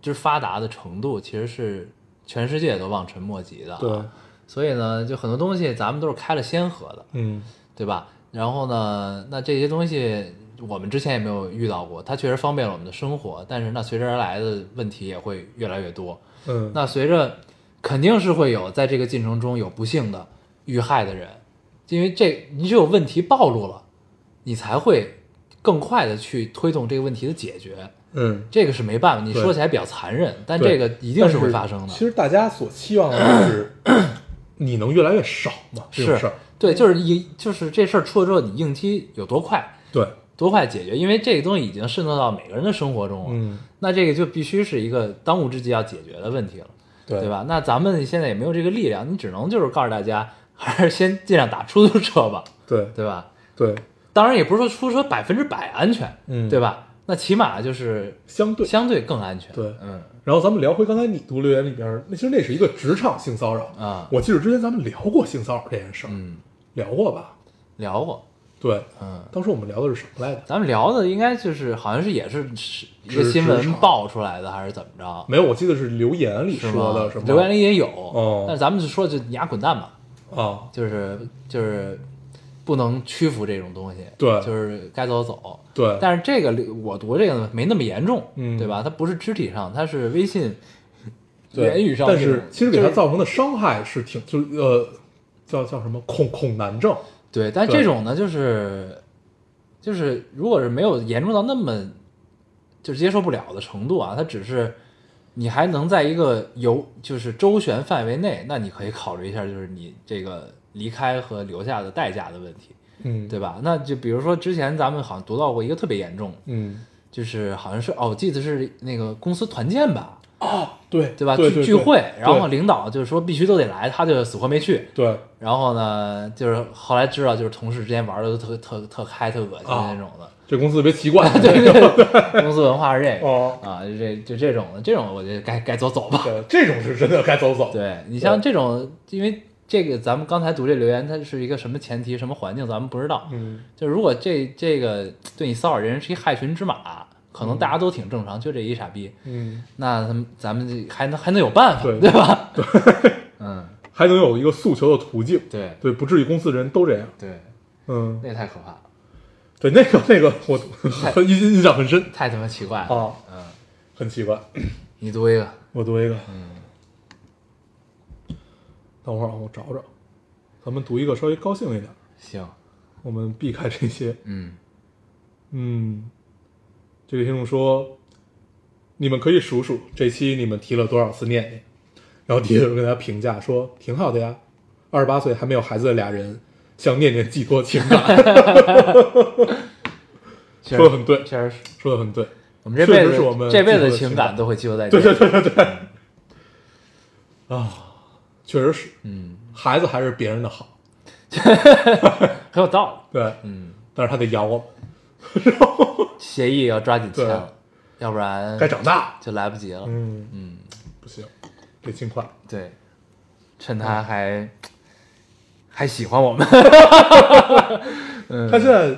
[SPEAKER 2] 就是发达的程度，其实是全世界都望尘莫及的。啊
[SPEAKER 1] 对，，
[SPEAKER 2] 所以呢，就很多东西咱们都是开了先河的，
[SPEAKER 1] 嗯，
[SPEAKER 2] 对吧？然后呢，那这些东西我们之前也没有遇到过，它确实方便了我们的生活，但是那随之而来的问题也会越来越多。
[SPEAKER 1] 嗯，
[SPEAKER 2] 那随着肯定是会有在这个进程中有不幸的遇害的人，因为这你只有问题暴露了，你才会更快的去推动这个问题的解决。
[SPEAKER 1] 嗯，
[SPEAKER 2] 这个是没办法，你
[SPEAKER 1] 对
[SPEAKER 2] 说起来比较残忍，但
[SPEAKER 1] 对
[SPEAKER 2] 这个一定
[SPEAKER 1] 但是
[SPEAKER 2] 会发生的。
[SPEAKER 1] 其实大家所期望的就是 你能越来越少嘛，这种事儿。
[SPEAKER 2] 对，就是一就是这事儿出了之后，你应激有多快，
[SPEAKER 1] 对，
[SPEAKER 2] 多快解决，因为这个东西已经渗透到每个人的生活中了。
[SPEAKER 1] 嗯，
[SPEAKER 2] 那这个就必须是一个当务之急要解决的问题了。
[SPEAKER 1] 对，
[SPEAKER 2] 对？吧？那咱们现在也没有这个力量，你只能就是告诉大家，还是先尽量打出租车吧，
[SPEAKER 1] 对
[SPEAKER 2] 对吧？
[SPEAKER 1] 对
[SPEAKER 2] 当然也不是说出租车百分之百安全，
[SPEAKER 1] 嗯
[SPEAKER 2] 对吧？那起码就是
[SPEAKER 1] 相对。
[SPEAKER 2] 相对更安全。
[SPEAKER 1] 对
[SPEAKER 2] 嗯
[SPEAKER 1] 然后咱们聊回刚才你读留言里边儿，那其实那是一个职场性骚扰
[SPEAKER 2] 啊
[SPEAKER 1] 我记得之前咱们聊过性骚扰这件事儿，
[SPEAKER 2] 嗯，
[SPEAKER 1] 聊过吧？
[SPEAKER 2] 聊过，
[SPEAKER 1] 对，
[SPEAKER 2] 嗯，
[SPEAKER 1] 当时我们聊的是什么来着？
[SPEAKER 2] 咱们聊的应该就是好像是也是是一个
[SPEAKER 1] 职
[SPEAKER 2] 新
[SPEAKER 1] 职
[SPEAKER 2] 闻
[SPEAKER 1] 场
[SPEAKER 2] 爆出来的，还是怎么着？
[SPEAKER 1] 没有，我记得是留言里
[SPEAKER 2] 是
[SPEAKER 1] 说
[SPEAKER 2] 吗
[SPEAKER 1] 的什？么？
[SPEAKER 2] 留言里也有，
[SPEAKER 1] 哦
[SPEAKER 2] 但是咱们就说就你丫滚蛋吧，
[SPEAKER 1] 啊，
[SPEAKER 2] 就是就是不能屈服这种东西，
[SPEAKER 1] 对
[SPEAKER 2] 就是该走走。
[SPEAKER 1] 对，
[SPEAKER 2] 但是这个里我读这个呢没那么严重，
[SPEAKER 1] 嗯
[SPEAKER 2] 对吧？它不是肢体上，它是微信
[SPEAKER 1] 对
[SPEAKER 2] 言语上那
[SPEAKER 1] 但
[SPEAKER 2] 种，
[SPEAKER 1] 是其实给
[SPEAKER 2] 就
[SPEAKER 1] 他
[SPEAKER 2] 是
[SPEAKER 1] 造成的伤害是挺，就是呃，叫叫什么恐恐难症，
[SPEAKER 2] 对，但
[SPEAKER 1] 对
[SPEAKER 2] 这种呢，就是就是，如果是没有严重到那么就是接受不了的程度啊，它只是你还能在一个游就是周旋范围内，那你可以考虑一下，就是你这个离开和留下的代价的问题，
[SPEAKER 1] 嗯，
[SPEAKER 2] 对吧？那就比如说之前咱们好像读到过一个特别严重的，
[SPEAKER 1] 嗯，
[SPEAKER 2] 就是好像是哦，我记得是那个公司团建吧，
[SPEAKER 1] 对
[SPEAKER 2] 对吧？
[SPEAKER 1] 对
[SPEAKER 2] 聚聚会，然后
[SPEAKER 1] 对
[SPEAKER 2] 领导就是说必须都得来，他就死活没去。
[SPEAKER 1] 对
[SPEAKER 2] 然后呢，就是后来知道，就是同事之间玩的都特特特嗨、特恶心
[SPEAKER 1] 啊
[SPEAKER 2] 那种的。
[SPEAKER 1] 这公司特别奇 怪，对
[SPEAKER 2] 公司文化是这个、
[SPEAKER 1] 哦
[SPEAKER 2] 啊，就这就这种的，这种我觉得该该走走吧。
[SPEAKER 1] 对，这种是真的该走走，
[SPEAKER 2] 对你像这种，因为这个咱们刚才读这留言，它是一个什么前提、什么环境，咱们不知道。
[SPEAKER 1] 嗯，
[SPEAKER 2] 就如果这这个对你骚扰这人是一害群之马，可能大家都挺正常，就这一傻逼，
[SPEAKER 1] 嗯，
[SPEAKER 2] 那咱们咱们这还能还能有办法，
[SPEAKER 1] 对
[SPEAKER 2] 对吧？对，嗯，
[SPEAKER 1] 还能有一个诉求的途径，
[SPEAKER 2] 对
[SPEAKER 1] 对，不至于公司人都这样，
[SPEAKER 2] 对，
[SPEAKER 1] 嗯，
[SPEAKER 2] 那太可怕了，
[SPEAKER 1] 对，那个那个我很 印印象很深
[SPEAKER 2] 太他妈奇怪了。
[SPEAKER 1] 啊，
[SPEAKER 2] 嗯，
[SPEAKER 1] 很奇怪，
[SPEAKER 2] 你读一个，
[SPEAKER 1] 我读一个，等会儿啊，我找找，咱们读一个稍微高兴一点，
[SPEAKER 2] 行，
[SPEAKER 1] 我们避开这些。
[SPEAKER 2] 嗯，
[SPEAKER 1] 嗯，这个听众说，你们可以数数这期你们提了多少次念念，然后底下有人给他评价说挺好的呀，二十八岁还没有孩子的俩人向念念寄托情感，
[SPEAKER 2] 确
[SPEAKER 1] 说
[SPEAKER 2] 实
[SPEAKER 1] 的很对，
[SPEAKER 2] 确实是，
[SPEAKER 1] 说的很对，
[SPEAKER 2] 我们这
[SPEAKER 1] 确
[SPEAKER 2] 辈
[SPEAKER 1] 实
[SPEAKER 2] 子
[SPEAKER 1] 是我们
[SPEAKER 2] 这辈
[SPEAKER 1] 寄托
[SPEAKER 2] 子
[SPEAKER 1] 的
[SPEAKER 2] 情
[SPEAKER 1] 情
[SPEAKER 2] 感
[SPEAKER 1] 感
[SPEAKER 2] 都会寄托在这里。对对对对对，
[SPEAKER 1] 确实是
[SPEAKER 2] 嗯，
[SPEAKER 1] 孩子还是别人的好，
[SPEAKER 2] 很有道理。
[SPEAKER 1] 对，
[SPEAKER 2] 嗯，
[SPEAKER 1] 但是他得养我们，
[SPEAKER 2] 协议要抓紧签
[SPEAKER 1] 对
[SPEAKER 2] 了，要不然
[SPEAKER 1] 该长大，
[SPEAKER 2] 就来不及了。
[SPEAKER 1] 嗯，
[SPEAKER 2] 嗯，
[SPEAKER 1] 不行，得尽快，
[SPEAKER 2] 对，趁他还还喜欢我们，嗯
[SPEAKER 1] 他现在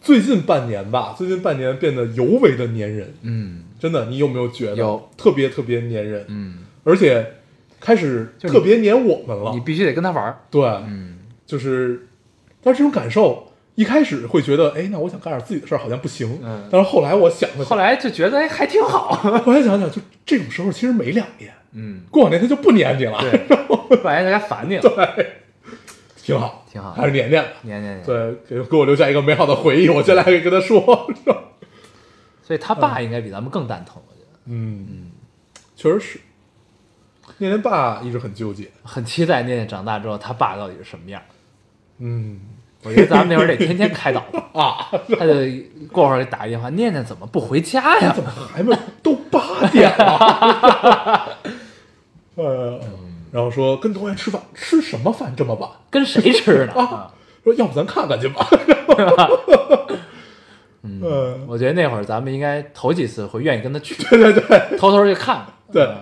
[SPEAKER 1] 最近半年吧，最近半年变得尤为的粘人，
[SPEAKER 2] 嗯
[SPEAKER 1] 真的，你有没有觉得
[SPEAKER 2] 有
[SPEAKER 1] 特别特别粘人？
[SPEAKER 2] 嗯，
[SPEAKER 1] 而且开始
[SPEAKER 2] 就
[SPEAKER 1] 特别黏我们
[SPEAKER 2] 嗯你
[SPEAKER 1] 了。
[SPEAKER 2] 必须得跟他玩儿。
[SPEAKER 1] 对，
[SPEAKER 2] 嗯，
[SPEAKER 1] 就是，但是这种感受一开始会觉得，哎，那我想干点自己的事儿好像不行。
[SPEAKER 2] 嗯
[SPEAKER 1] 但是后来我想了想，
[SPEAKER 2] 后来就觉得哎还挺好。
[SPEAKER 1] 后来想想，就这种时候其实没两年，
[SPEAKER 2] 嗯，
[SPEAKER 1] 过两年他就不黏你了，
[SPEAKER 2] 对，不然人家烦你了。
[SPEAKER 1] 挺好，
[SPEAKER 2] 挺好
[SPEAKER 1] 还是黏黏的。
[SPEAKER 2] 年年年，
[SPEAKER 1] 对，给给我留下一个美好的回忆，我将来可以跟他说。
[SPEAKER 2] 所以他爸应该比咱们更蛋疼，我觉得。
[SPEAKER 1] 嗯，确实是。念念爸一直很纠结，
[SPEAKER 2] 很期待念念长大之后他爸到底是什么样。
[SPEAKER 1] 嗯，
[SPEAKER 2] 我觉得咱们那会儿得天天开导他啊，他就过会儿给打一电话，念念怎么不回家呀？
[SPEAKER 1] 还没都八点了， 呃，然后说跟同学吃饭，吃什么饭这么晚？
[SPEAKER 2] 跟谁吃呢？啊，
[SPEAKER 1] 说要不咱看看去吧。 嗯，
[SPEAKER 2] 我觉得那会儿咱们应该头几次会愿意跟他去，对对对，偷偷去看看。
[SPEAKER 1] 对
[SPEAKER 2] 嗯，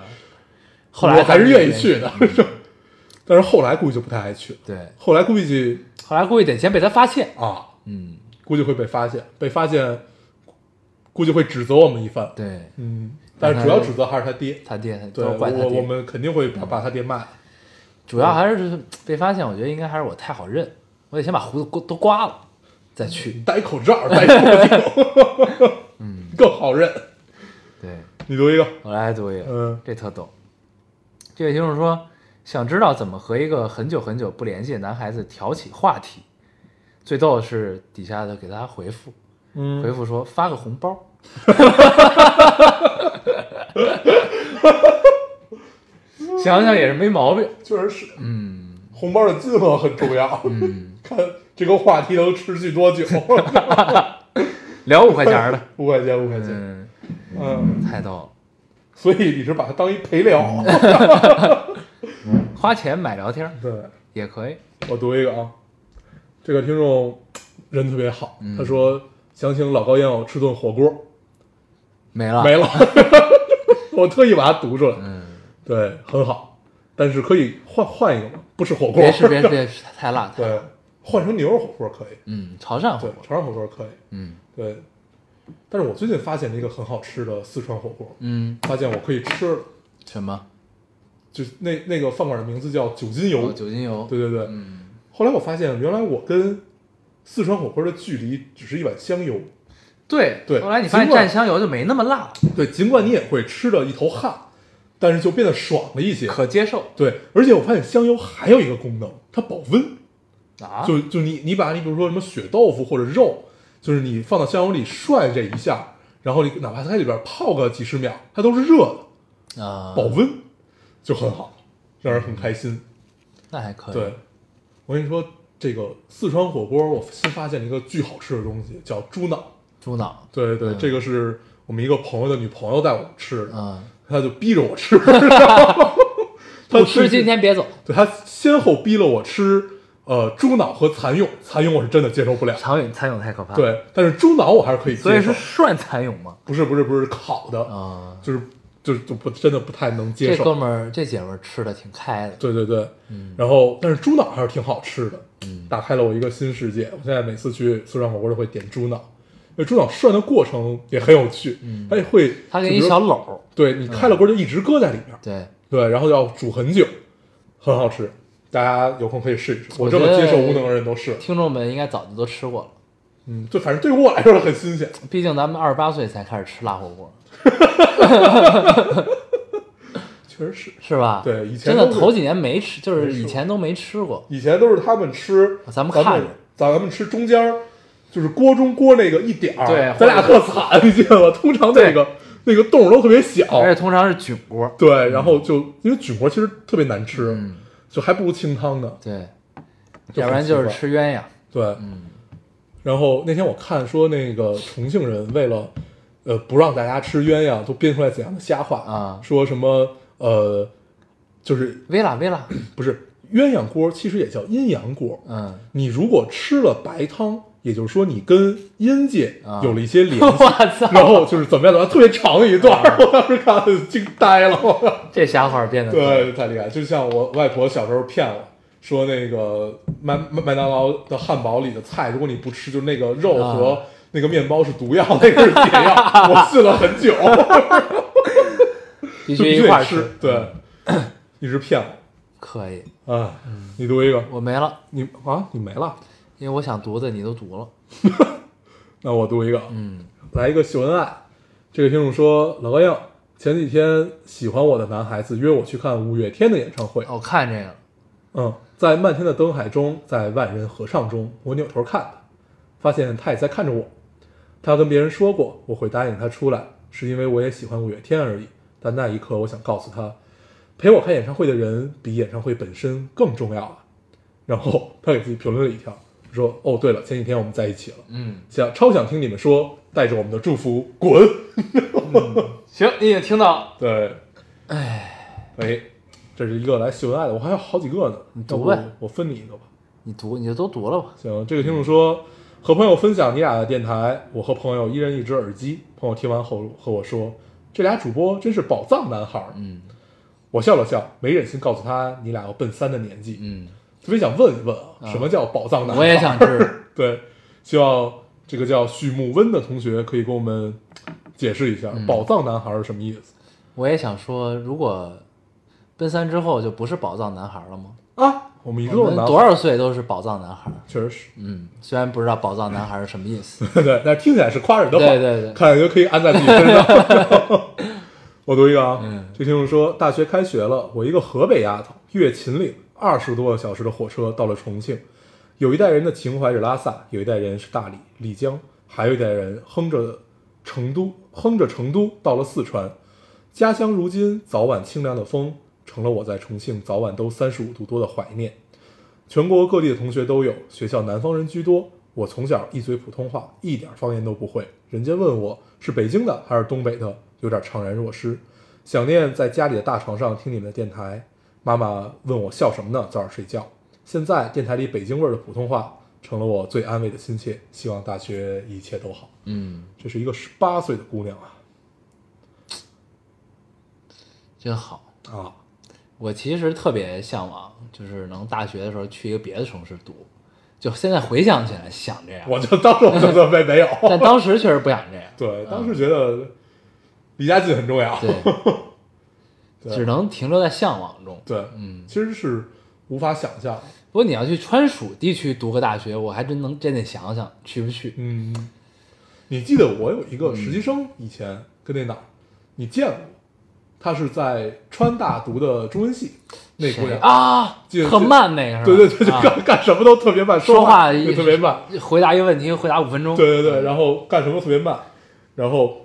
[SPEAKER 2] 后来
[SPEAKER 1] 我还
[SPEAKER 2] 咱
[SPEAKER 1] 是
[SPEAKER 2] 们
[SPEAKER 1] 愿意去的，嗯 但是后来估计就不太爱去了。
[SPEAKER 2] 对，
[SPEAKER 1] 后来估计
[SPEAKER 2] 后来估计得先被他发现。
[SPEAKER 1] 啊，
[SPEAKER 2] 嗯，
[SPEAKER 1] 估计会被发现，被发现估计会指责我们一番。
[SPEAKER 2] 对
[SPEAKER 1] 嗯，但是主要指责还是他爹。
[SPEAKER 2] 他爹，
[SPEAKER 1] 对，
[SPEAKER 2] 都
[SPEAKER 1] 我
[SPEAKER 2] 是怪他
[SPEAKER 1] 我
[SPEAKER 2] 爹。嗯
[SPEAKER 1] 们肯定会把把他爹骂。
[SPEAKER 2] 主要还是被发现，我觉得应该还是我太好认，我得先把胡子刮都刮了再去。
[SPEAKER 1] 戴口罩，戴口罩， 嗯，更好认。
[SPEAKER 2] 对，
[SPEAKER 1] 你读一个，
[SPEAKER 2] 我来读一个。
[SPEAKER 1] 嗯
[SPEAKER 2] 这特逗。这位听众说，想知道怎么和一个很久很久不联系的男孩子挑起话题。最逗的是底下的给他回复，
[SPEAKER 1] 嗯，
[SPEAKER 2] 回复说发个红包。 想想也是没毛病。
[SPEAKER 1] 确实是，
[SPEAKER 2] 嗯，
[SPEAKER 1] 红包的金额很重要。 看这个话题能持 续多久？
[SPEAKER 2] 聊五块钱的，
[SPEAKER 1] 五块钱，五块钱，
[SPEAKER 2] 嗯，
[SPEAKER 1] 嗯，
[SPEAKER 2] 太逗了。
[SPEAKER 1] 所以你是把它当一陪
[SPEAKER 2] 哦
[SPEAKER 1] 聊。
[SPEAKER 2] 花钱买聊天儿
[SPEAKER 1] 对，
[SPEAKER 2] 也可以。嗯
[SPEAKER 1] 我读一个啊，这个听众人特别好，他说想请老高烟友吃顿火锅，
[SPEAKER 2] 没了，
[SPEAKER 1] 没了。 我特意把它读出来，
[SPEAKER 2] 啊嗯，
[SPEAKER 1] 对，很好。但是可以换换一个嘛，不吃火锅，
[SPEAKER 2] 别吃别吃别吃，太辣，太辣
[SPEAKER 1] 对，换成牛肉火锅可以，
[SPEAKER 2] 嗯，潮汕火
[SPEAKER 1] 对，
[SPEAKER 2] 锅，
[SPEAKER 1] 潮汕火锅可以，
[SPEAKER 2] 嗯
[SPEAKER 1] 对。但是我最近发现了一个很好吃的四川火锅，
[SPEAKER 2] 嗯，
[SPEAKER 1] 发现我可以吃了，
[SPEAKER 2] 什么？
[SPEAKER 1] 就是那那个饭馆的名字叫九斤油
[SPEAKER 2] 哦，酒精油，
[SPEAKER 1] 对对对。
[SPEAKER 2] 嗯，
[SPEAKER 1] 后来我发现，原来我跟四川火锅的距离只是一碗香油，
[SPEAKER 2] 对
[SPEAKER 1] 对
[SPEAKER 2] 后来你发现
[SPEAKER 1] 尽管
[SPEAKER 2] 蘸香油就没那么辣了，
[SPEAKER 1] 对，尽管你也会吃的一头汗，但是就变得爽了一些，
[SPEAKER 2] 可接受
[SPEAKER 1] 对。而且我发现香油还有一个功能，它保温。
[SPEAKER 2] 啊。
[SPEAKER 1] 就就你你把你比如说什么血豆腐或者肉，就是你放到香油里涮这一下，然后你哪怕它在里边泡个几十秒，它都是热的，
[SPEAKER 2] 啊
[SPEAKER 1] 保，温就很好，让人很开心。
[SPEAKER 2] 那还可以。
[SPEAKER 1] 对，我跟你说，这个四川火锅，我新发现了一个巨好吃的东西，叫猪脑。
[SPEAKER 2] 猪脑，
[SPEAKER 1] 对对对，
[SPEAKER 2] 嗯
[SPEAKER 1] 这个是我们一个朋友的女朋友带我吃的，
[SPEAKER 2] 嗯，
[SPEAKER 1] 她就逼着我 吃，
[SPEAKER 2] 不
[SPEAKER 1] 不
[SPEAKER 2] 吃今，天别走。
[SPEAKER 1] 对她先后逼了我吃，呃，猪脑和蚕蛹，蚕蛹我是真的接受不了。
[SPEAKER 2] 蚕蛹，蚕蛹太可怕了。，
[SPEAKER 1] 对，但是猪脑我还是可以接受，
[SPEAKER 2] 啊所以是涮蚕蛹吗？
[SPEAKER 1] 不是不是不是烤的，
[SPEAKER 2] 啊，
[SPEAKER 1] 就是就是就不真的不太能接
[SPEAKER 2] 这嗯哥
[SPEAKER 1] 受。
[SPEAKER 2] 们儿这姐们儿吃的挺开的。
[SPEAKER 1] 对对对，然后但是猪脑还是挺好吃的，
[SPEAKER 2] 嗯
[SPEAKER 1] 打开了我一个新世界。我现在每次去四川火锅都会点猪脑，因为猪脑涮的过程也很有趣，它也会
[SPEAKER 2] 他嗯给
[SPEAKER 1] 就
[SPEAKER 2] 你一
[SPEAKER 1] 比如
[SPEAKER 2] 小篓儿，
[SPEAKER 1] 对你开了锅就一直搁在里面，
[SPEAKER 2] 对，
[SPEAKER 1] 对，然后要煮很久，很好吃。大家有空可以试一试，
[SPEAKER 2] 我
[SPEAKER 1] 我这么
[SPEAKER 2] 觉得
[SPEAKER 1] 接受无能的人都试了，
[SPEAKER 2] 听众们应该早就都吃过了，
[SPEAKER 1] 嗯，就反正对于我来说很新鲜。
[SPEAKER 2] 毕竟咱们二十八岁才开始吃辣火锅，
[SPEAKER 1] 确实是，
[SPEAKER 2] 是吧？
[SPEAKER 1] 对以前
[SPEAKER 2] 真的
[SPEAKER 1] 都是
[SPEAKER 2] 头几年没吃，就是
[SPEAKER 1] 没吃
[SPEAKER 2] 以
[SPEAKER 1] 过
[SPEAKER 2] 前都没吃过。
[SPEAKER 1] 以前都是他们吃，
[SPEAKER 2] 啊咱
[SPEAKER 1] 咱
[SPEAKER 2] 们看着
[SPEAKER 1] 咱们吃中间儿，就是锅中锅那个一点儿，
[SPEAKER 2] 对
[SPEAKER 1] 咱俩特惨，你记得吗？通常那个那个洞儿都特别小，
[SPEAKER 2] 而且通常是菌锅，
[SPEAKER 1] 对，然后就因为菌锅其实特别难吃，
[SPEAKER 2] 嗯
[SPEAKER 1] 就还不如清汤呢，
[SPEAKER 2] 对，
[SPEAKER 1] 就
[SPEAKER 2] 要不然
[SPEAKER 1] 很奇
[SPEAKER 2] 就是
[SPEAKER 1] 怪
[SPEAKER 2] 吃鸳鸯。
[SPEAKER 1] 对，
[SPEAKER 2] 嗯
[SPEAKER 1] 然后那天我看说那个重庆人为了呃不让大家吃鸳鸯，都编出来怎样的瞎话
[SPEAKER 2] 啊
[SPEAKER 1] 说什么呃就是
[SPEAKER 2] 微辣微辣，
[SPEAKER 1] 不是鸳鸯锅其实也叫阴阳锅，
[SPEAKER 2] 嗯，
[SPEAKER 1] 你如果吃了白汤，也就是说你跟阴界
[SPEAKER 2] 啊
[SPEAKER 1] 有了一些 联
[SPEAKER 2] 我
[SPEAKER 1] 系，然
[SPEAKER 2] 操，
[SPEAKER 1] 后就是怎么样怎么样，特别长的一段
[SPEAKER 2] 啊
[SPEAKER 1] 儿，我当时看了惊呆了。
[SPEAKER 2] 这瞎话变得
[SPEAKER 1] 对，太厉害！就像我外婆小时候骗我说，那个麦麦麦当劳的汉堡里的菜，如果你不吃，就那个肉
[SPEAKER 2] 啊
[SPEAKER 1] 和那个面包是毒药，那个是解药， 我信了很久，
[SPEAKER 2] 必
[SPEAKER 1] 就
[SPEAKER 2] 须
[SPEAKER 1] 必
[SPEAKER 2] 一
[SPEAKER 1] 须
[SPEAKER 2] 块
[SPEAKER 1] 得
[SPEAKER 2] 儿
[SPEAKER 1] 吃
[SPEAKER 2] 吃，。
[SPEAKER 1] 对，一直骗我。
[SPEAKER 2] 可以，
[SPEAKER 1] 啊，你读一个，
[SPEAKER 2] 我没了，
[SPEAKER 1] 你啊，你没了，
[SPEAKER 2] 因为我想读的你都读了。
[SPEAKER 1] 那我读一个，啊
[SPEAKER 2] 嗯，
[SPEAKER 1] 来一个秀恩爱。这个听众说，老高硬，前几天喜欢我的男孩子约我去看五月天的演唱会。
[SPEAKER 2] 哦我看这个了，
[SPEAKER 1] 嗯，在漫天的灯海中，在万人合唱中，我扭头看他，发现他也在看着我。他跟别人说过我会答应他出来，是因为我也喜欢五月天而已。但那一刻，我想告诉他，陪我看演唱会的人比演唱会本身更重要啊。然后他给自己评论了一条，说：“哦，对了，前几天我们在一起了。”
[SPEAKER 2] 嗯，
[SPEAKER 1] 想超想听你们说，带着我们的祝福滚。
[SPEAKER 2] 行，你已经听到了，
[SPEAKER 1] 对，哎，哎，这是一个来秀恩爱的，我还有好几个呢，你
[SPEAKER 2] 读呗
[SPEAKER 1] 我分你一个吧。
[SPEAKER 2] 你读你就都读了吧。
[SPEAKER 1] 行，这个听众说，和朋友分享你俩的电台，我和朋友一人一只耳机，朋友听完后和我说，这俩主播真是宝藏男孩儿。
[SPEAKER 2] 嗯
[SPEAKER 1] 我笑了笑，没忍心告诉他你俩要奔三的年纪，
[SPEAKER 2] 嗯，
[SPEAKER 1] 特别想问一问啊，什么叫宝藏男孩？
[SPEAKER 2] 我也想知。
[SPEAKER 1] 对，希望这个叫畜牧温的同学可以给我们解释一下
[SPEAKER 2] 嗯
[SPEAKER 1] “宝藏男孩”是什么意思、
[SPEAKER 2] 我也想说，如果奔三之后就不是宝藏男孩了吗？
[SPEAKER 1] 啊？我们一个
[SPEAKER 2] 我
[SPEAKER 1] 都
[SPEAKER 2] 们
[SPEAKER 1] 是男孩，
[SPEAKER 2] 多少岁都是宝藏男孩。
[SPEAKER 1] 确实是，
[SPEAKER 2] 嗯，虽然不知道宝藏男孩是什么意思。
[SPEAKER 1] 对，但是听起来是夸人的话，
[SPEAKER 2] 对对对
[SPEAKER 1] 看来就可以安在自己身上。 我读一个啊，
[SPEAKER 2] 嗯
[SPEAKER 1] 这听众说，大学开学了，我一个河北丫头越秦岭二十多个小时的火车到了重庆，有一代人的情怀是拉萨，有一代人是大理、丽江，还有一代人哼着成都，哼着成都到了四川。家乡如今早晚清凉的风，成了我在重庆早晚都三十五度多的怀念。全国各地的同学都有，学校南方人居多。我从小一嘴普通话，一点方言都不会。人家问我是北京的还是东北的，有点怅然若失。想念在家里的大床上听你们的电台，妈妈问我笑什么呢？早点睡觉。现在电台里北京味儿的普通话成了我最安慰的心切。希望大学一切都好。
[SPEAKER 2] 嗯，
[SPEAKER 1] 这是一个十八岁的姑娘啊
[SPEAKER 2] 真好。
[SPEAKER 1] 啊！
[SPEAKER 2] 我其实特别向往，就是能大学的时候去一个别的城市读。就现在回想起来，想这样，
[SPEAKER 1] 我就当时我就没没有，
[SPEAKER 2] 但当时确实不想这样。
[SPEAKER 1] 对，当时觉得离家近很重要。
[SPEAKER 2] 对，
[SPEAKER 1] 对
[SPEAKER 2] 只能停留在向往中。
[SPEAKER 1] 对，
[SPEAKER 2] 嗯，
[SPEAKER 1] 其实是无法想象的。
[SPEAKER 2] 不过你要去川蜀地区读个大学，我还真能真得想想去不去。
[SPEAKER 1] 嗯，你记得我有一个实习生，以前跟那哪儿你见过？他是在川大读的中文系，那姑
[SPEAKER 2] 谁
[SPEAKER 1] 娘，
[SPEAKER 2] 啊
[SPEAKER 1] 记得，
[SPEAKER 2] 特慢那个是吧？
[SPEAKER 1] 对对对，就
[SPEAKER 2] 啊
[SPEAKER 1] 干干什么都特别慢，
[SPEAKER 2] 说
[SPEAKER 1] 话
[SPEAKER 2] 话嗯
[SPEAKER 1] 也特别慢，，
[SPEAKER 2] 回答一个问题回答五分钟。
[SPEAKER 1] 对对对，然后干什么都特别慢，然后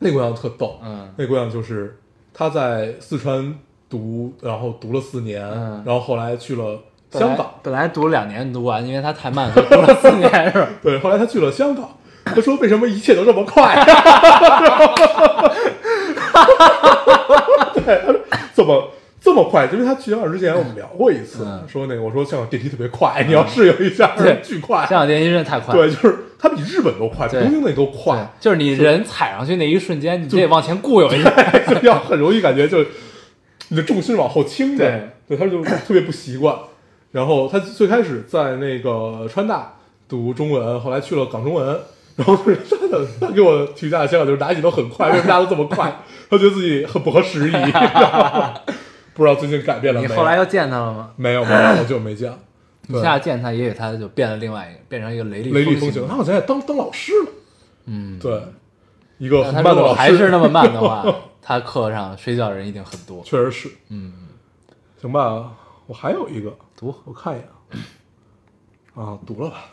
[SPEAKER 1] 那姑娘特逗，
[SPEAKER 2] 嗯
[SPEAKER 1] 那姑娘就是她在四川读，然后读了四年，
[SPEAKER 2] 嗯
[SPEAKER 1] 然后后来去了
[SPEAKER 2] 本来
[SPEAKER 1] 香港，
[SPEAKER 2] 本来读了两年读不完，因为他太慢，所以读了四年 是吧？
[SPEAKER 1] 对，后来她去了香港，她说为什么一切都这么快？ 对，她说怎么这么快？因为她去香港之前我们聊过一次，
[SPEAKER 2] 嗯
[SPEAKER 1] 说那个我说香港电梯特别快，你要适应一下，
[SPEAKER 2] 对
[SPEAKER 1] 巨快，
[SPEAKER 2] 香港电梯真的太快了。
[SPEAKER 1] 对，就是它比日本都快，比
[SPEAKER 2] 对
[SPEAKER 1] 东京那都快
[SPEAKER 2] 对，，就是你人踩上去那一瞬间，你得往前固有一下。
[SPEAKER 1] 就 要很容易感觉就你的重心往后倾着，对，他就特别不习惯。然后他最开始在那个川大读中文，后来去了港中文，然后就是他的他给我评价的香港就是哪里都很快，为什么大家都这么快？他觉得自己很不 合时宜，不知道最近改变了
[SPEAKER 2] 你
[SPEAKER 1] 没有？
[SPEAKER 2] 后来又见他了吗？
[SPEAKER 1] 没有没有，好久没见。
[SPEAKER 2] 你
[SPEAKER 1] 对
[SPEAKER 2] 下次见他，也许他就变了另外一个，变成一个雷厉
[SPEAKER 1] 雷厉
[SPEAKER 2] 风
[SPEAKER 1] 风行，他好像也当当老师了，
[SPEAKER 2] 嗯，
[SPEAKER 1] 对，一 个
[SPEAKER 2] 但
[SPEAKER 1] 很
[SPEAKER 2] 他
[SPEAKER 1] 慢
[SPEAKER 2] 如
[SPEAKER 1] 的
[SPEAKER 2] 果
[SPEAKER 1] 老师，
[SPEAKER 2] 还是那么慢的话， 他课上睡觉的人一定很多。
[SPEAKER 1] 确实是，
[SPEAKER 2] 嗯，
[SPEAKER 1] 行吧，我还有一个，
[SPEAKER 2] 读
[SPEAKER 1] 我看一眼啊，啊，读了吧。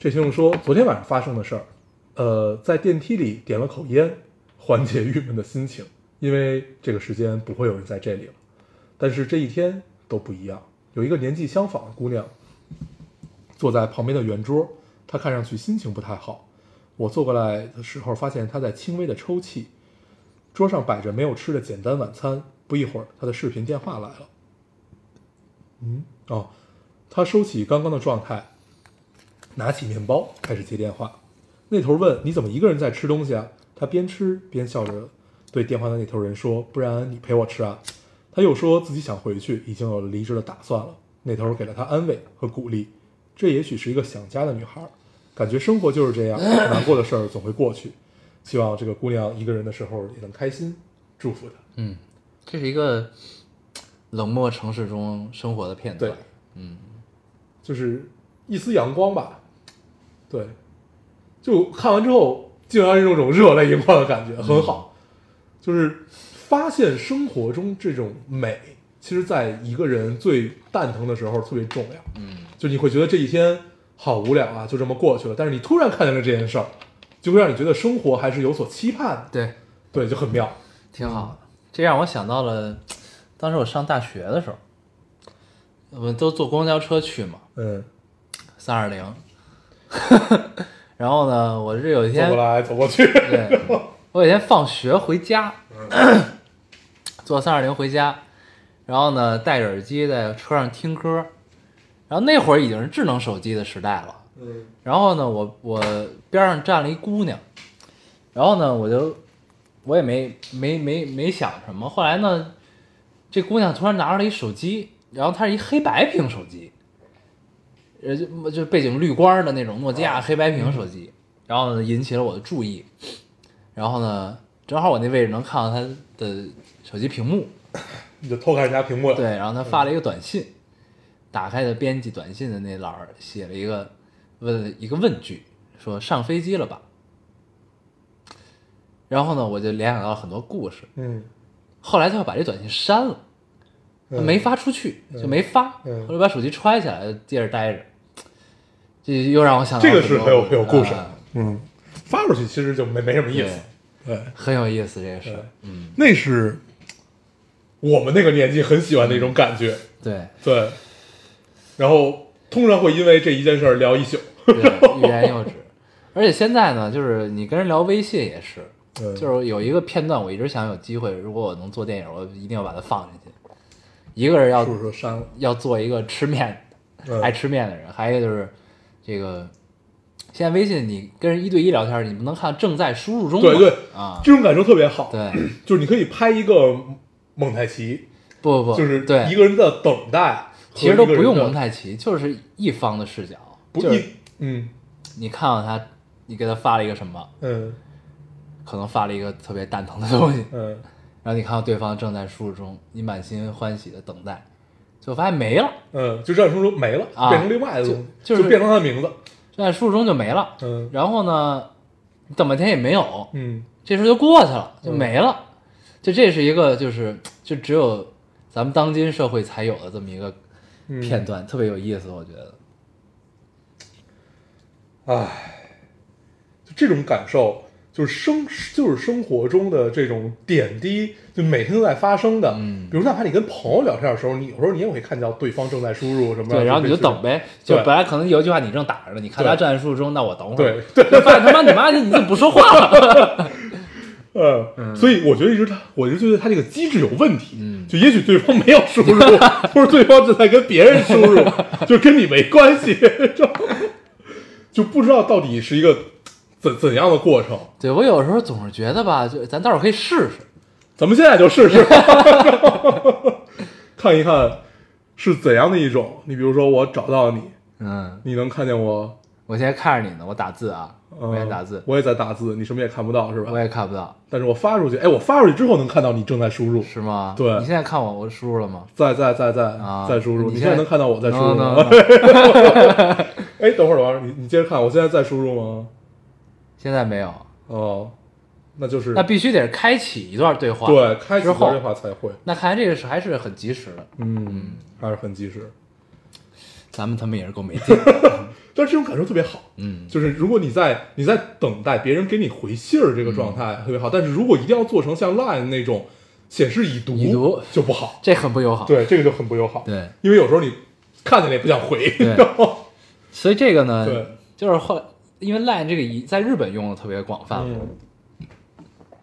[SPEAKER 1] 这听众说，昨天晚上发生的事儿，呃，在电梯里点了口烟，缓解郁闷的心情，因为这个时间不会有人在这里了。但是这一天都不一样，有一个年纪相仿的姑娘坐在旁边的圆桌，她看上去心情不太好。我坐过来的时候，发现她在轻微的抽泣。桌上摆着没有吃的简单晚餐，不一会儿，她的视频电话来了。嗯，哦，他收起刚刚的状态，拿起面包开始接电话。那头问：“你怎么一个人在吃东西啊？”他边吃边笑着对电话的那头人说：“不然你陪我吃啊。”他又说自己想回去，已经有离职的打算了。那头给了他安慰和鼓励。这也许是一个想家的女孩，感觉生活就是这样，难过的事儿总会过去。希望这个姑娘一个人的时候也能开心，祝福她。
[SPEAKER 2] 嗯，这是一个冷漠城市中生活的片段
[SPEAKER 1] 对。，就是一丝阳光吧。对，就看完之后，竟然有一种热泪盈眶的感觉，很好。就是发现生活中这种美，其实在一个人最蛋疼的时候特别重要。
[SPEAKER 2] 嗯，
[SPEAKER 1] 就你会觉得这一天好无聊啊，就这么过去了。但是你突然看见了这件事儿，就会让你觉得生活还是有所期盼的。
[SPEAKER 2] 对，
[SPEAKER 1] 对，就很妙。
[SPEAKER 2] 挺好的。这让我想到了，当时我上大学的时候，我们都坐公交车去嘛，
[SPEAKER 1] 嗯，
[SPEAKER 2] 三二零。 然后呢，我是有一
[SPEAKER 1] 走
[SPEAKER 2] 天
[SPEAKER 1] 过来，走过去。
[SPEAKER 2] 对，我有一天放学回家， 坐三二零回家，然后呢戴着耳机在车上听歌，然后那会儿已经是智能手机的时代了。
[SPEAKER 1] 嗯
[SPEAKER 2] 然后呢，我我边上站了一姑娘，然后呢，我就我也没没没没想什么。后来呢，这姑娘突然拿出来一手机，然后它是一黑白屏手机，呃，就就是背景绿光的那种诺基亚黑白屏手机，然后呢引起了我的注意，然后呢，正好我那位置能看到她的手机屏幕，
[SPEAKER 1] 你就偷看人家屏幕了。
[SPEAKER 2] 对，然后他发了一
[SPEAKER 1] 嗯
[SPEAKER 2] 个短信，打开的编辑短信的那栏儿写了一个问了一个问句，说上飞机了吧？然后呢，我就联想到了很多故事。
[SPEAKER 1] 嗯，
[SPEAKER 2] 后来他又把这短信删了，他
[SPEAKER 1] 嗯
[SPEAKER 2] 没发出去，就没发。
[SPEAKER 1] 嗯
[SPEAKER 2] 后来把手机揣起来，就接着待着。这又让我想到
[SPEAKER 1] 这个
[SPEAKER 2] 很
[SPEAKER 1] 是
[SPEAKER 2] 多
[SPEAKER 1] 很有很有故事
[SPEAKER 2] 啊。
[SPEAKER 1] 嗯，发出去其实就没没什么意思。嗯对，
[SPEAKER 2] 很有意思这个事儿。
[SPEAKER 1] 那是我们那个年纪很喜欢的一种感觉。
[SPEAKER 2] 对，
[SPEAKER 1] 对，然后通常会因为这一件事儿聊一宿。
[SPEAKER 2] 对，欲言又止。而且现在呢，就是你跟人聊微信也是，
[SPEAKER 1] 嗯
[SPEAKER 2] 就是有一个片段，我一直想有机会，如果我能做电影，我一定要把它放进去。一个人要哎
[SPEAKER 1] 是说删了？
[SPEAKER 2] 要做一个吃面
[SPEAKER 1] 嗯
[SPEAKER 2] 爱吃面的人，还有一个就是这个，现在微信你跟人一对一聊天，你不能看正在输入中吗？
[SPEAKER 1] 对对
[SPEAKER 2] 啊，
[SPEAKER 1] 这种感受特别好。
[SPEAKER 2] 对，
[SPEAKER 1] 就是你可以拍一个蒙太奇，
[SPEAKER 2] 不不不，
[SPEAKER 1] 就是
[SPEAKER 2] 对，
[SPEAKER 1] 一个人的等待，
[SPEAKER 2] 其实都
[SPEAKER 1] 和一
[SPEAKER 2] 不
[SPEAKER 1] 个人
[SPEAKER 2] 用
[SPEAKER 1] 的
[SPEAKER 2] 蒙太奇，就是一方的视角，
[SPEAKER 1] 不
[SPEAKER 2] 就是
[SPEAKER 1] 一嗯
[SPEAKER 2] 你看到他，你给他发了一个什么，
[SPEAKER 1] 嗯
[SPEAKER 2] 可能发了一个特别蛋疼的东西，
[SPEAKER 1] 嗯，
[SPEAKER 2] 然后你看到对方正在输入中，你满心欢喜的等待，就发现没了，
[SPEAKER 1] 嗯，就这样说说没了，
[SPEAKER 2] 啊
[SPEAKER 1] 变成另外的
[SPEAKER 2] 就
[SPEAKER 1] 东西，
[SPEAKER 2] 就是
[SPEAKER 1] 变成他的名字。
[SPEAKER 2] 正在输入中就没了。
[SPEAKER 1] 嗯
[SPEAKER 2] 然后呢，你等半天也没有，
[SPEAKER 1] 嗯，
[SPEAKER 2] 这事儿就过去了，就没了。就这是一个就是就只有咱们当今社会才有的这么一个
[SPEAKER 1] 嗯
[SPEAKER 2] 片段，特别有意思，我觉得。
[SPEAKER 1] 唉，就这种感受，就是生就是生活中的这种点滴，就每天都在发生的。
[SPEAKER 2] 嗯
[SPEAKER 1] 比如哪怕你跟朋友聊天的时候，你有时候你也会看到对方正在输入什么，
[SPEAKER 2] 对，然后你就
[SPEAKER 1] 类似于
[SPEAKER 2] 等。呗，就
[SPEAKER 1] 对
[SPEAKER 2] 本来可能有一句话你正打着呢，你看他
[SPEAKER 1] 对
[SPEAKER 2] 站在树中，那我等会儿
[SPEAKER 1] 对。对，
[SPEAKER 2] 就发现他妈你妈你怎么不说话了？
[SPEAKER 1] 嗯，所以我觉得一直他，我一直觉得他这个机制有问题。
[SPEAKER 2] 嗯
[SPEAKER 1] 就也许对方没有输入，或者对方正在跟别人输 入，就跟你没关系，就就不知道到底是一个怎怎样的过程。
[SPEAKER 2] 对我有时候总是觉得吧，就咱待会儿可以试试，
[SPEAKER 1] 咱们现在就试试， 看一看是怎样的一种。你比如说，我找到你，
[SPEAKER 2] 嗯，
[SPEAKER 1] 你能看见我，
[SPEAKER 2] 我现在看着你呢，我打字啊，
[SPEAKER 1] 呃、
[SPEAKER 2] 我也打字，
[SPEAKER 1] 我也在打字，你什么也看不到是吧
[SPEAKER 2] 我？也看不到，
[SPEAKER 1] 但是我发出去，哎，我发出去之后能看到你正在输入，
[SPEAKER 2] 是吗？
[SPEAKER 1] 对
[SPEAKER 2] 你现在看我，我输入了吗？
[SPEAKER 1] 在在在在、
[SPEAKER 2] 啊
[SPEAKER 1] 在输入，
[SPEAKER 2] 你
[SPEAKER 1] 你
[SPEAKER 2] 现在
[SPEAKER 1] 现在能看到我在输
[SPEAKER 2] No,
[SPEAKER 1] 入吗
[SPEAKER 2] no, no，
[SPEAKER 1] 哎，等会儿，等会儿，你你接着看，我现在在输入吗？
[SPEAKER 2] 现在没有，
[SPEAKER 1] 哦，那就是
[SPEAKER 2] 那必须得是开启一段对话，
[SPEAKER 1] 对，开启
[SPEAKER 2] 之后
[SPEAKER 1] 对话才会，
[SPEAKER 2] 那看来这个是还是很及时的，
[SPEAKER 1] 嗯，还是很及时。
[SPEAKER 2] 咱们他们也是够没 劲的，
[SPEAKER 1] 但是这种感受特别好，
[SPEAKER 2] 嗯，
[SPEAKER 1] 就是如果你在你在等待别人给你回信儿这个
[SPEAKER 2] 嗯
[SPEAKER 1] 状态特别好，但是如果一定要做成像 Line 那种显示已读，
[SPEAKER 2] 已读
[SPEAKER 1] 就不好，
[SPEAKER 2] 这很不友好，
[SPEAKER 1] 对，这个就很不友好，
[SPEAKER 2] 对
[SPEAKER 1] 因为有时候你看见了也不想回，
[SPEAKER 2] 对
[SPEAKER 1] 然后
[SPEAKER 2] 所以这个呢
[SPEAKER 1] 对，
[SPEAKER 2] 就是后因为 LINE 这个一在日本用的特别广泛，
[SPEAKER 1] 嗯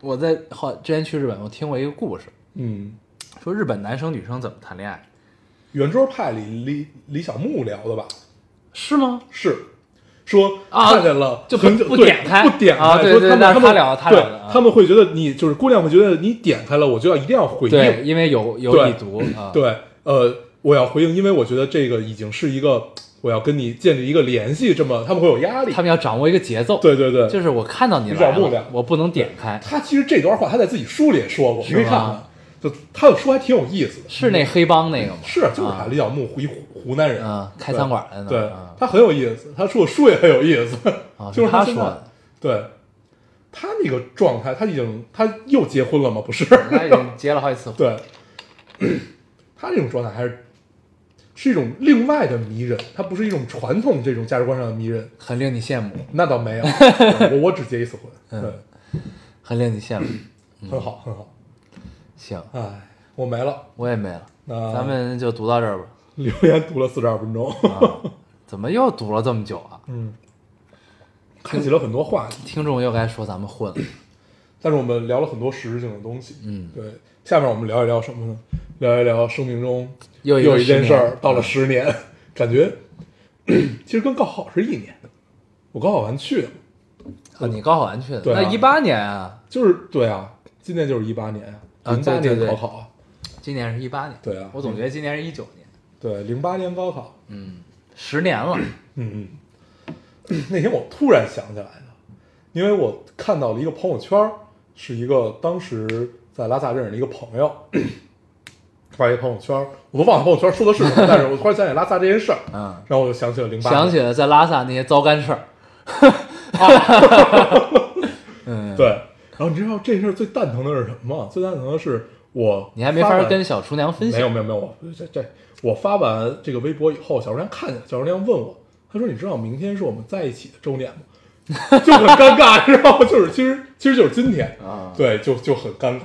[SPEAKER 2] 我在后之前去日本，我听过一个故事，
[SPEAKER 1] 嗯，
[SPEAKER 2] 说日本男生女生怎么谈恋爱，
[SPEAKER 1] 圆桌派里李李小牧聊的吧，
[SPEAKER 2] 是吗？
[SPEAKER 1] 是说
[SPEAKER 2] 啊
[SPEAKER 1] 看见了
[SPEAKER 2] 就
[SPEAKER 1] 很久
[SPEAKER 2] 不不
[SPEAKER 1] 对
[SPEAKER 2] 点开
[SPEAKER 1] 不点
[SPEAKER 2] 啊
[SPEAKER 1] 开，
[SPEAKER 2] 对
[SPEAKER 1] 说
[SPEAKER 2] 对
[SPEAKER 1] 他们
[SPEAKER 2] 那
[SPEAKER 1] 他
[SPEAKER 2] 他
[SPEAKER 1] 们
[SPEAKER 2] 聊的他
[SPEAKER 1] 对
[SPEAKER 2] 聊的啊
[SPEAKER 1] 他们会觉得你就是姑娘会觉得你点开了，我就要一定要回应
[SPEAKER 2] 对，，因为有有
[SPEAKER 1] 对
[SPEAKER 2] 已读啊，
[SPEAKER 1] 对，呃，我要回应，因为我觉得这个已经是一个我要跟你建立一个联系，这么他们会有压力。
[SPEAKER 2] 他们要掌握一个节奏，
[SPEAKER 1] 对对对，
[SPEAKER 2] 就是我看到你
[SPEAKER 1] 比
[SPEAKER 2] 来
[SPEAKER 1] 较木讷
[SPEAKER 2] 了，我不能点开，
[SPEAKER 1] 他其实这段话他在自己书里也说过，你可
[SPEAKER 2] 是
[SPEAKER 1] 以看看
[SPEAKER 2] 吗，
[SPEAKER 1] 就他的书还挺有意思的。
[SPEAKER 2] 是那黑帮那个吗？
[SPEAKER 1] 是，啊就是他李小牧湖湖湖南人，
[SPEAKER 2] 嗯啊开餐馆的呢
[SPEAKER 1] 对
[SPEAKER 2] 嗯
[SPEAKER 1] 他很有意思，他说的书也很有意思，
[SPEAKER 2] 啊
[SPEAKER 1] 就是
[SPEAKER 2] 是他
[SPEAKER 1] 现
[SPEAKER 2] 说
[SPEAKER 1] 在
[SPEAKER 2] 的，
[SPEAKER 1] 对。他那个状态，他已经他又结婚了吗？不是，
[SPEAKER 2] 他已经结了好几次婚，
[SPEAKER 1] 对，他这种状态还是是一种另外的迷人，他不是一种传统这种价值观上的迷人。
[SPEAKER 2] 很令你羡慕，
[SPEAKER 1] 那倒没有，我我只结一次
[SPEAKER 2] 嗯
[SPEAKER 1] 婚，对，
[SPEAKER 2] 很令你羡慕。
[SPEAKER 1] 很好很好。
[SPEAKER 2] 行，
[SPEAKER 1] 哎，我没了，
[SPEAKER 2] 我也没了，
[SPEAKER 1] 那
[SPEAKER 2] 咱们啊就读到这儿吧。
[SPEAKER 1] 留言读了四十二分钟，
[SPEAKER 2] 怎么又读了这么久啊？
[SPEAKER 1] 嗯，开启了很多话题，
[SPEAKER 2] 听众又该说咱们混了。
[SPEAKER 1] 但是我们聊了很多实质性的东西。
[SPEAKER 2] 嗯，
[SPEAKER 1] 对，下面我们聊一聊什么呢？聊一聊生命中
[SPEAKER 2] 又一个
[SPEAKER 1] 又一件
[SPEAKER 2] 10
[SPEAKER 1] 事儿
[SPEAKER 2] 年，
[SPEAKER 1] 到了十年，感觉 其实跟高考是一年的。我高考完去的，
[SPEAKER 2] 啊，你高考完去的，
[SPEAKER 1] 对啊
[SPEAKER 2] 那一八年啊，
[SPEAKER 1] 就是对啊，今年就是一八年啊，
[SPEAKER 2] 啊
[SPEAKER 1] 零八
[SPEAKER 2] 对对
[SPEAKER 1] 年
[SPEAKER 2] 对
[SPEAKER 1] 高考啊，
[SPEAKER 2] 今年是一八年。
[SPEAKER 1] 对啊
[SPEAKER 2] 我总觉得今年是一九年，
[SPEAKER 1] 对，零八年高考，
[SPEAKER 2] 十年了。
[SPEAKER 1] 嗯嗯， 那天我突然想起来的，因为我看到了一个朋友圈儿，是一个当时在拉萨认识的一个朋友发一个朋友圈儿，我都忘了朋友圈说的是什么，但是我突然想起拉萨这件 事儿，
[SPEAKER 2] 嗯，
[SPEAKER 1] 然后我就想起了零八，
[SPEAKER 2] 想起了在拉萨那些糟干事儿。
[SPEAKER 1] 啊
[SPEAKER 2] 嗯，
[SPEAKER 1] 对，然后你知道这事儿最蛋疼的是什么吗？最蛋疼的是我
[SPEAKER 2] 你还没
[SPEAKER 1] 发
[SPEAKER 2] 法
[SPEAKER 1] 完
[SPEAKER 2] 跟小厨娘分
[SPEAKER 1] 没有
[SPEAKER 2] 享。
[SPEAKER 1] 没有没有，我这这我发完这个微博以后，小厨娘看见，小厨娘问我，她说：“你知道明天是我们在一起的周年吗？”就很尴尬，知道吗？哦就是其实其实就是今天，
[SPEAKER 2] 啊
[SPEAKER 1] 对，就就很尴尬。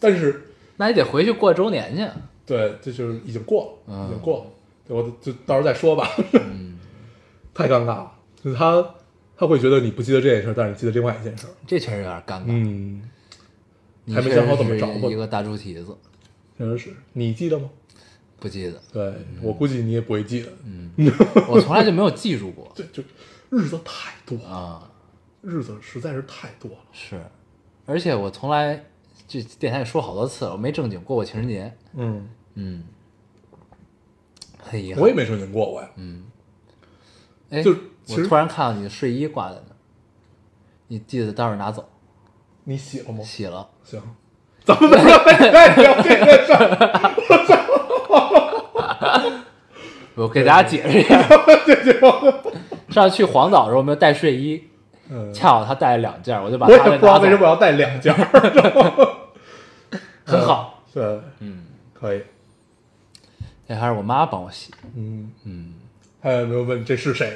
[SPEAKER 1] 但是
[SPEAKER 2] 那你得回去过周年去。
[SPEAKER 1] 对，这就是已经过了，
[SPEAKER 2] 嗯
[SPEAKER 1] 已经过了，对我就到时候再说吧。嗯 太尴尬了，就是他他会觉得你不记得这件事，但是你记得另外一件事。
[SPEAKER 2] 这确实有点尴尬。
[SPEAKER 1] 嗯，
[SPEAKER 2] 你
[SPEAKER 1] 还没
[SPEAKER 2] 确
[SPEAKER 1] 想好
[SPEAKER 2] 实
[SPEAKER 1] 怎么
[SPEAKER 2] 是
[SPEAKER 1] 找吧
[SPEAKER 2] 一个大猪蹄子。
[SPEAKER 1] 确实是你记得吗？
[SPEAKER 2] 不记 得，
[SPEAKER 1] 对我估计你也不会记得，
[SPEAKER 2] 我从来就没有记住过
[SPEAKER 1] 对，就日子太多了，
[SPEAKER 2] 啊、
[SPEAKER 1] 日子实在是太多了。
[SPEAKER 2] 是，而且我从来这电台也说好多次了，我没正经过过情人节，
[SPEAKER 1] 嗯，
[SPEAKER 2] 嗯，很嗯遗憾
[SPEAKER 1] 我。也没正经过我呀，
[SPEAKER 2] 哎，
[SPEAKER 1] 就其
[SPEAKER 2] 我
[SPEAKER 1] 实
[SPEAKER 2] 突然看到你的睡衣挂在那儿，你记得待会儿拿走，
[SPEAKER 1] 你洗了吗？
[SPEAKER 2] 洗了。
[SPEAKER 1] 行， 咱们再再聊这个事儿。
[SPEAKER 2] 我给大家解释一 下， 上次去黄岛的时候我没有带睡衣，
[SPEAKER 1] 嗯，
[SPEAKER 2] 恰好他带了两件儿，我就把
[SPEAKER 1] 我也
[SPEAKER 2] 他的
[SPEAKER 1] 不知道
[SPEAKER 2] 拿走
[SPEAKER 1] 为，什么嗯要带两件儿。
[SPEAKER 2] 很好。
[SPEAKER 1] 对，
[SPEAKER 2] 嗯，
[SPEAKER 1] 可以。
[SPEAKER 2] 那哎还是我妈帮我洗，
[SPEAKER 1] 嗯嗯，还有没有问这是谁？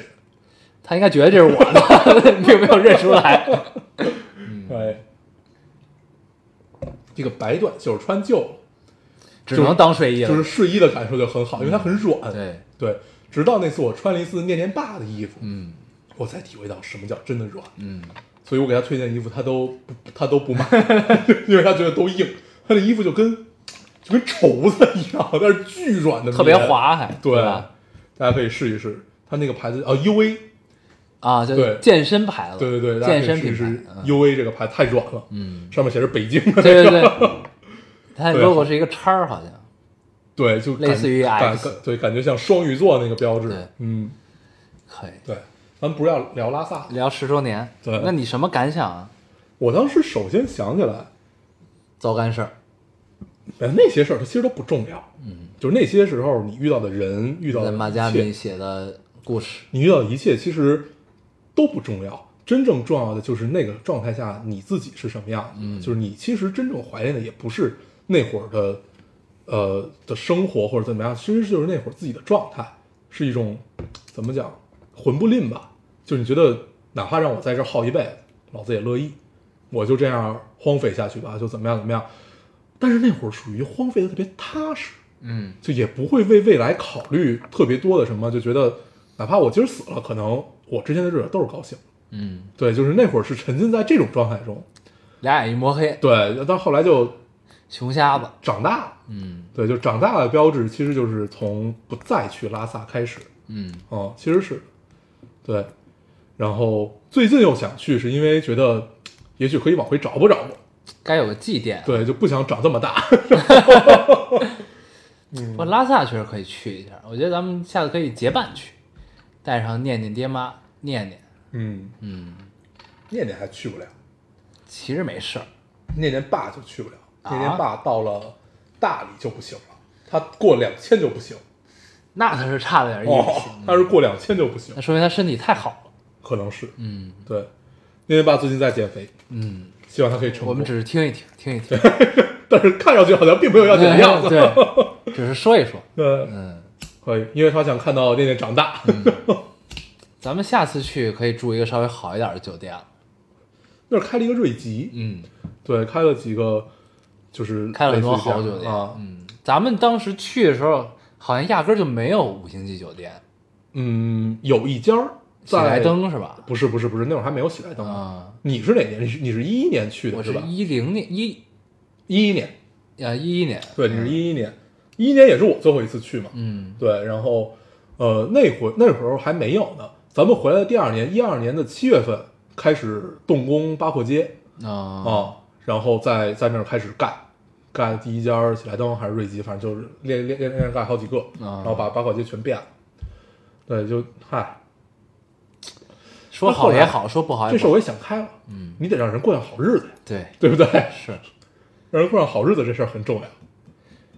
[SPEAKER 2] 她应该觉得这是我的， 并没有认出来。嗯
[SPEAKER 1] 对，这个白短袖穿旧了，
[SPEAKER 2] 只能当睡衣了。
[SPEAKER 1] 就是睡衣的感受就很好，因为它很软。
[SPEAKER 2] 对，
[SPEAKER 1] 对，直到那次我穿了一次念念爸的衣服，
[SPEAKER 2] 嗯
[SPEAKER 1] 我才体会到什么叫真的软。
[SPEAKER 2] 嗯，
[SPEAKER 1] 所以我给他推荐衣服，他都不他都不买， 因为他觉得都硬，他的衣服就跟就跟绸子一样，但是巨软的，
[SPEAKER 2] 特别。滑还
[SPEAKER 1] 对，
[SPEAKER 2] 吧？
[SPEAKER 1] 大家可以试一试，他那个牌子哦 U A，
[SPEAKER 2] 啊，就
[SPEAKER 1] 对
[SPEAKER 2] 健身牌子，
[SPEAKER 1] 对对对，大家
[SPEAKER 2] 健
[SPEAKER 1] 可
[SPEAKER 2] 身
[SPEAKER 1] 以试
[SPEAKER 2] 品
[SPEAKER 1] 一试
[SPEAKER 2] 牌，嗯
[SPEAKER 1] U A 这个牌太软了，
[SPEAKER 2] 嗯，
[SPEAKER 1] 上面写着北京的，
[SPEAKER 2] 对对 对，它的
[SPEAKER 1] 对
[SPEAKER 2] logo 是一个叉儿，好像。
[SPEAKER 1] 对，就感
[SPEAKER 2] 类似于
[SPEAKER 1] 感
[SPEAKER 2] X
[SPEAKER 1] 感对，感觉像双鱼座那个标志
[SPEAKER 2] 对，
[SPEAKER 1] 嗯，
[SPEAKER 2] 可以
[SPEAKER 1] 对，咱们不是要聊拉萨，
[SPEAKER 2] 聊十周年，
[SPEAKER 1] 对
[SPEAKER 2] 那你什么感想啊？
[SPEAKER 1] 我当时首先想起来，
[SPEAKER 2] 糟干事儿，
[SPEAKER 1] 哎，那些事儿它其实都不重要，嗯，就是那些时候你遇到的人，遇到
[SPEAKER 2] 在
[SPEAKER 1] 的
[SPEAKER 2] 马
[SPEAKER 1] 一
[SPEAKER 2] 加
[SPEAKER 1] 切
[SPEAKER 2] 米写的故事，
[SPEAKER 1] 你遇到的一切其实都不重要，真正重要的就是那个状态下你自己是什么样子。就是你其实真正怀念的也不是那会儿的呃的生活或者怎么样，其实就是那会儿自己的状态是一种怎么讲混不吝吧。就是你觉得哪怕让我在这儿耗一辈子，老子也乐意，我就这样荒废下去吧，就怎么样怎么样。但是那会儿属于荒废的特别踏实，
[SPEAKER 2] 嗯
[SPEAKER 1] 就也不会为未来考虑特别多的什么，就觉得哪怕我今儿死了，可能我之前的日子都是高兴的。
[SPEAKER 2] 嗯，
[SPEAKER 1] 对，就是那会儿是沉浸在这种状态中。
[SPEAKER 2] 俩眼一摸黑，
[SPEAKER 1] 对，但后来就
[SPEAKER 2] 熊瞎子，
[SPEAKER 1] 长大了。
[SPEAKER 2] 嗯
[SPEAKER 1] 对，就长大的标志其实就是从不再去拉萨开始。
[SPEAKER 2] 嗯
[SPEAKER 1] 哦、其实是对。然后最近又想去，是因为觉得也许可以往回找不找我。
[SPEAKER 2] 该有个祭奠。
[SPEAKER 1] 对，就不想长这么大。
[SPEAKER 2] 不过拉萨确实可以去一下，我觉得咱们下次可以结伴去，带上念念爹妈，念念，
[SPEAKER 1] 嗯，
[SPEAKER 2] 嗯，
[SPEAKER 1] 念念还去不了，
[SPEAKER 2] 其实没事儿，
[SPEAKER 1] 念念爸就去不了，
[SPEAKER 2] 啊
[SPEAKER 1] 念念爸到了大理就不行了，他过两千就不行，
[SPEAKER 2] 那他是差了点意
[SPEAKER 1] 哦
[SPEAKER 2] 思，，
[SPEAKER 1] 他是过两千就不行
[SPEAKER 2] 那，说明他身体太好了，
[SPEAKER 1] 可能是
[SPEAKER 2] 嗯
[SPEAKER 1] 对。念念爸最近在减肥，
[SPEAKER 2] 嗯，
[SPEAKER 1] 希望他可以成功。
[SPEAKER 2] 我们只是听一听，听一听，
[SPEAKER 1] 但是看上去好像并没 有要减的样 子。
[SPEAKER 2] 对，只是说一说，
[SPEAKER 1] 对，
[SPEAKER 2] 嗯。
[SPEAKER 1] 可以，因为他想看到念念长大。
[SPEAKER 2] 咱们下次去可以住一个稍微好一点的酒店了。
[SPEAKER 1] 那儿开了一个瑞吉，
[SPEAKER 2] 嗯，
[SPEAKER 1] 对，开了几个，就是
[SPEAKER 2] 开了很多
[SPEAKER 1] 类似于这
[SPEAKER 2] 好
[SPEAKER 1] 样
[SPEAKER 2] 酒店。
[SPEAKER 1] 啊。
[SPEAKER 2] 嗯，咱们当时去的时候，好像压根儿就没有五星级酒店，
[SPEAKER 1] 嗯，有一家儿
[SPEAKER 2] 喜来
[SPEAKER 1] 在，
[SPEAKER 2] 登是吧？
[SPEAKER 1] 不是不是不是，那会儿还没有喜来登。
[SPEAKER 2] 啊、
[SPEAKER 1] 你是哪年？你是你是一一年去
[SPEAKER 2] 我
[SPEAKER 1] 的
[SPEAKER 2] 是
[SPEAKER 1] 吧？
[SPEAKER 2] 一零年一
[SPEAKER 1] 一一年，
[SPEAKER 2] 呃一一年。
[SPEAKER 1] 对，你是一一年，一一年也是我最后一次去嘛。
[SPEAKER 2] 嗯
[SPEAKER 1] 对，然后呃，那回那时候还没有呢。咱们回来的第二年，一二年的七月份开始动工八廓街
[SPEAKER 2] 啊、
[SPEAKER 1] 啊、然后在在那儿开始盖，盖第一家儿喜来登还是瑞吉，反正就是连连连连盖好几个，
[SPEAKER 2] 啊
[SPEAKER 1] 然后把八廓街全变了。对，就嗨，
[SPEAKER 2] 说好也好，说不好
[SPEAKER 1] 这
[SPEAKER 2] 也
[SPEAKER 1] 事
[SPEAKER 2] 不
[SPEAKER 1] 儿
[SPEAKER 2] 好。
[SPEAKER 1] 我也想开了，嗯，你得让人过上好日子呀，
[SPEAKER 2] 对，
[SPEAKER 1] 对不对？
[SPEAKER 2] 是，
[SPEAKER 1] 让人过上好日子这事儿很重要。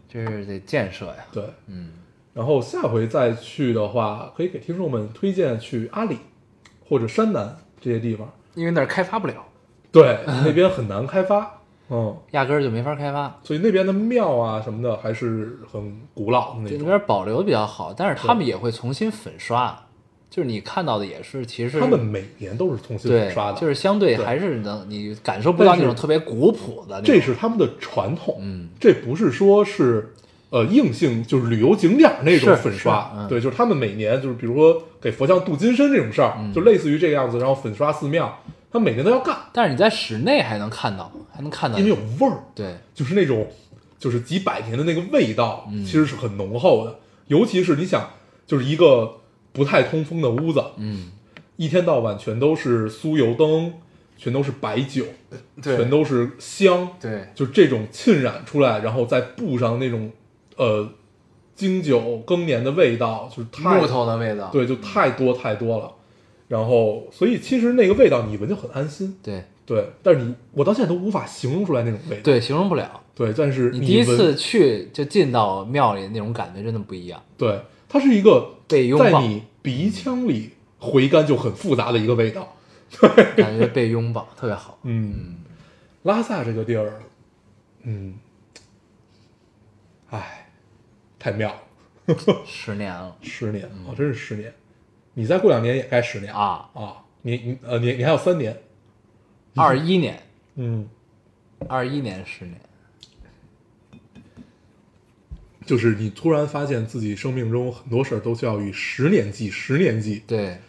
[SPEAKER 2] 这是得建设呀。
[SPEAKER 1] 对，
[SPEAKER 2] 嗯，
[SPEAKER 1] 然后下回再去的话，可以给听众们推荐去阿里或者山南这些地方。
[SPEAKER 2] 因为那儿开发不了，
[SPEAKER 1] 对，那边很难开 发，嗯，
[SPEAKER 2] 压根儿就没法开发。
[SPEAKER 1] 所以那边的庙啊什么的还是很古老的那
[SPEAKER 2] 对，那
[SPEAKER 1] 种。
[SPEAKER 2] 边保留的比较好，但是他们也会重新粉刷，就是你看到的也是，其实
[SPEAKER 1] 他们每年都是重新粉
[SPEAKER 2] 对，
[SPEAKER 1] 刷的，
[SPEAKER 2] 就是相对
[SPEAKER 1] 对
[SPEAKER 2] 还是能你感受不到
[SPEAKER 1] 但
[SPEAKER 2] 那
[SPEAKER 1] 是
[SPEAKER 2] 种特别古朴的那种。
[SPEAKER 1] 这是他们的传统，
[SPEAKER 2] 嗯，
[SPEAKER 1] 这不是说是呃硬性就是旅游景点儿那种
[SPEAKER 2] 是
[SPEAKER 1] 粉刷，
[SPEAKER 2] 是嗯
[SPEAKER 1] 对，就是他们每年就是比如说给佛像镀金身这种事儿，
[SPEAKER 2] 嗯
[SPEAKER 1] 就类似于这个样子，然后粉刷寺庙，他每年都要干，
[SPEAKER 2] 但是你在室内还能看到，还能看到
[SPEAKER 1] 因为有味儿，
[SPEAKER 2] 对
[SPEAKER 1] 就是那种就是几百年的那个味道，
[SPEAKER 2] 嗯
[SPEAKER 1] 其实是很浓厚的。尤其是你想，就是一个不太通风的屋子，
[SPEAKER 2] 嗯，
[SPEAKER 1] 一天到晚全都是酥油灯，全都是白酒，
[SPEAKER 2] 对，
[SPEAKER 1] 全都是香，
[SPEAKER 2] 对，
[SPEAKER 1] 就这种浸染出来，然后再布上那种呃经久更年的味道，就是太
[SPEAKER 2] 木头的味道，
[SPEAKER 1] 对，就太多太多了。然后，所以其实那个味道你一闻就很安心，
[SPEAKER 2] 对
[SPEAKER 1] 对。但是你我到现在都无法形容出来那种味道，
[SPEAKER 2] 对，形容不了。
[SPEAKER 1] 对。但是
[SPEAKER 2] 你
[SPEAKER 1] 你
[SPEAKER 2] 第一
[SPEAKER 1] 闻
[SPEAKER 2] 次去就进到庙里那种感觉真的不一样，
[SPEAKER 1] 对，它是一个
[SPEAKER 2] 被拥
[SPEAKER 1] 在
[SPEAKER 2] 抱，
[SPEAKER 1] 你鼻腔里回甘就很复杂的一个味道。
[SPEAKER 2] 感觉被拥抱特别好。
[SPEAKER 1] 嗯，拉萨这个地儿，嗯，哎，太妙了，
[SPEAKER 2] 十年了
[SPEAKER 1] 十年，哦，真是十年。你再过两年也该十年
[SPEAKER 2] 嗯啊，
[SPEAKER 1] 啊！你你呃你你还有三年，
[SPEAKER 2] 二一年，
[SPEAKER 1] 嗯，
[SPEAKER 2] 二一年十年，
[SPEAKER 1] 就是你突然发现自己生命中很多事儿都需要以十年计，十年计，
[SPEAKER 2] 对，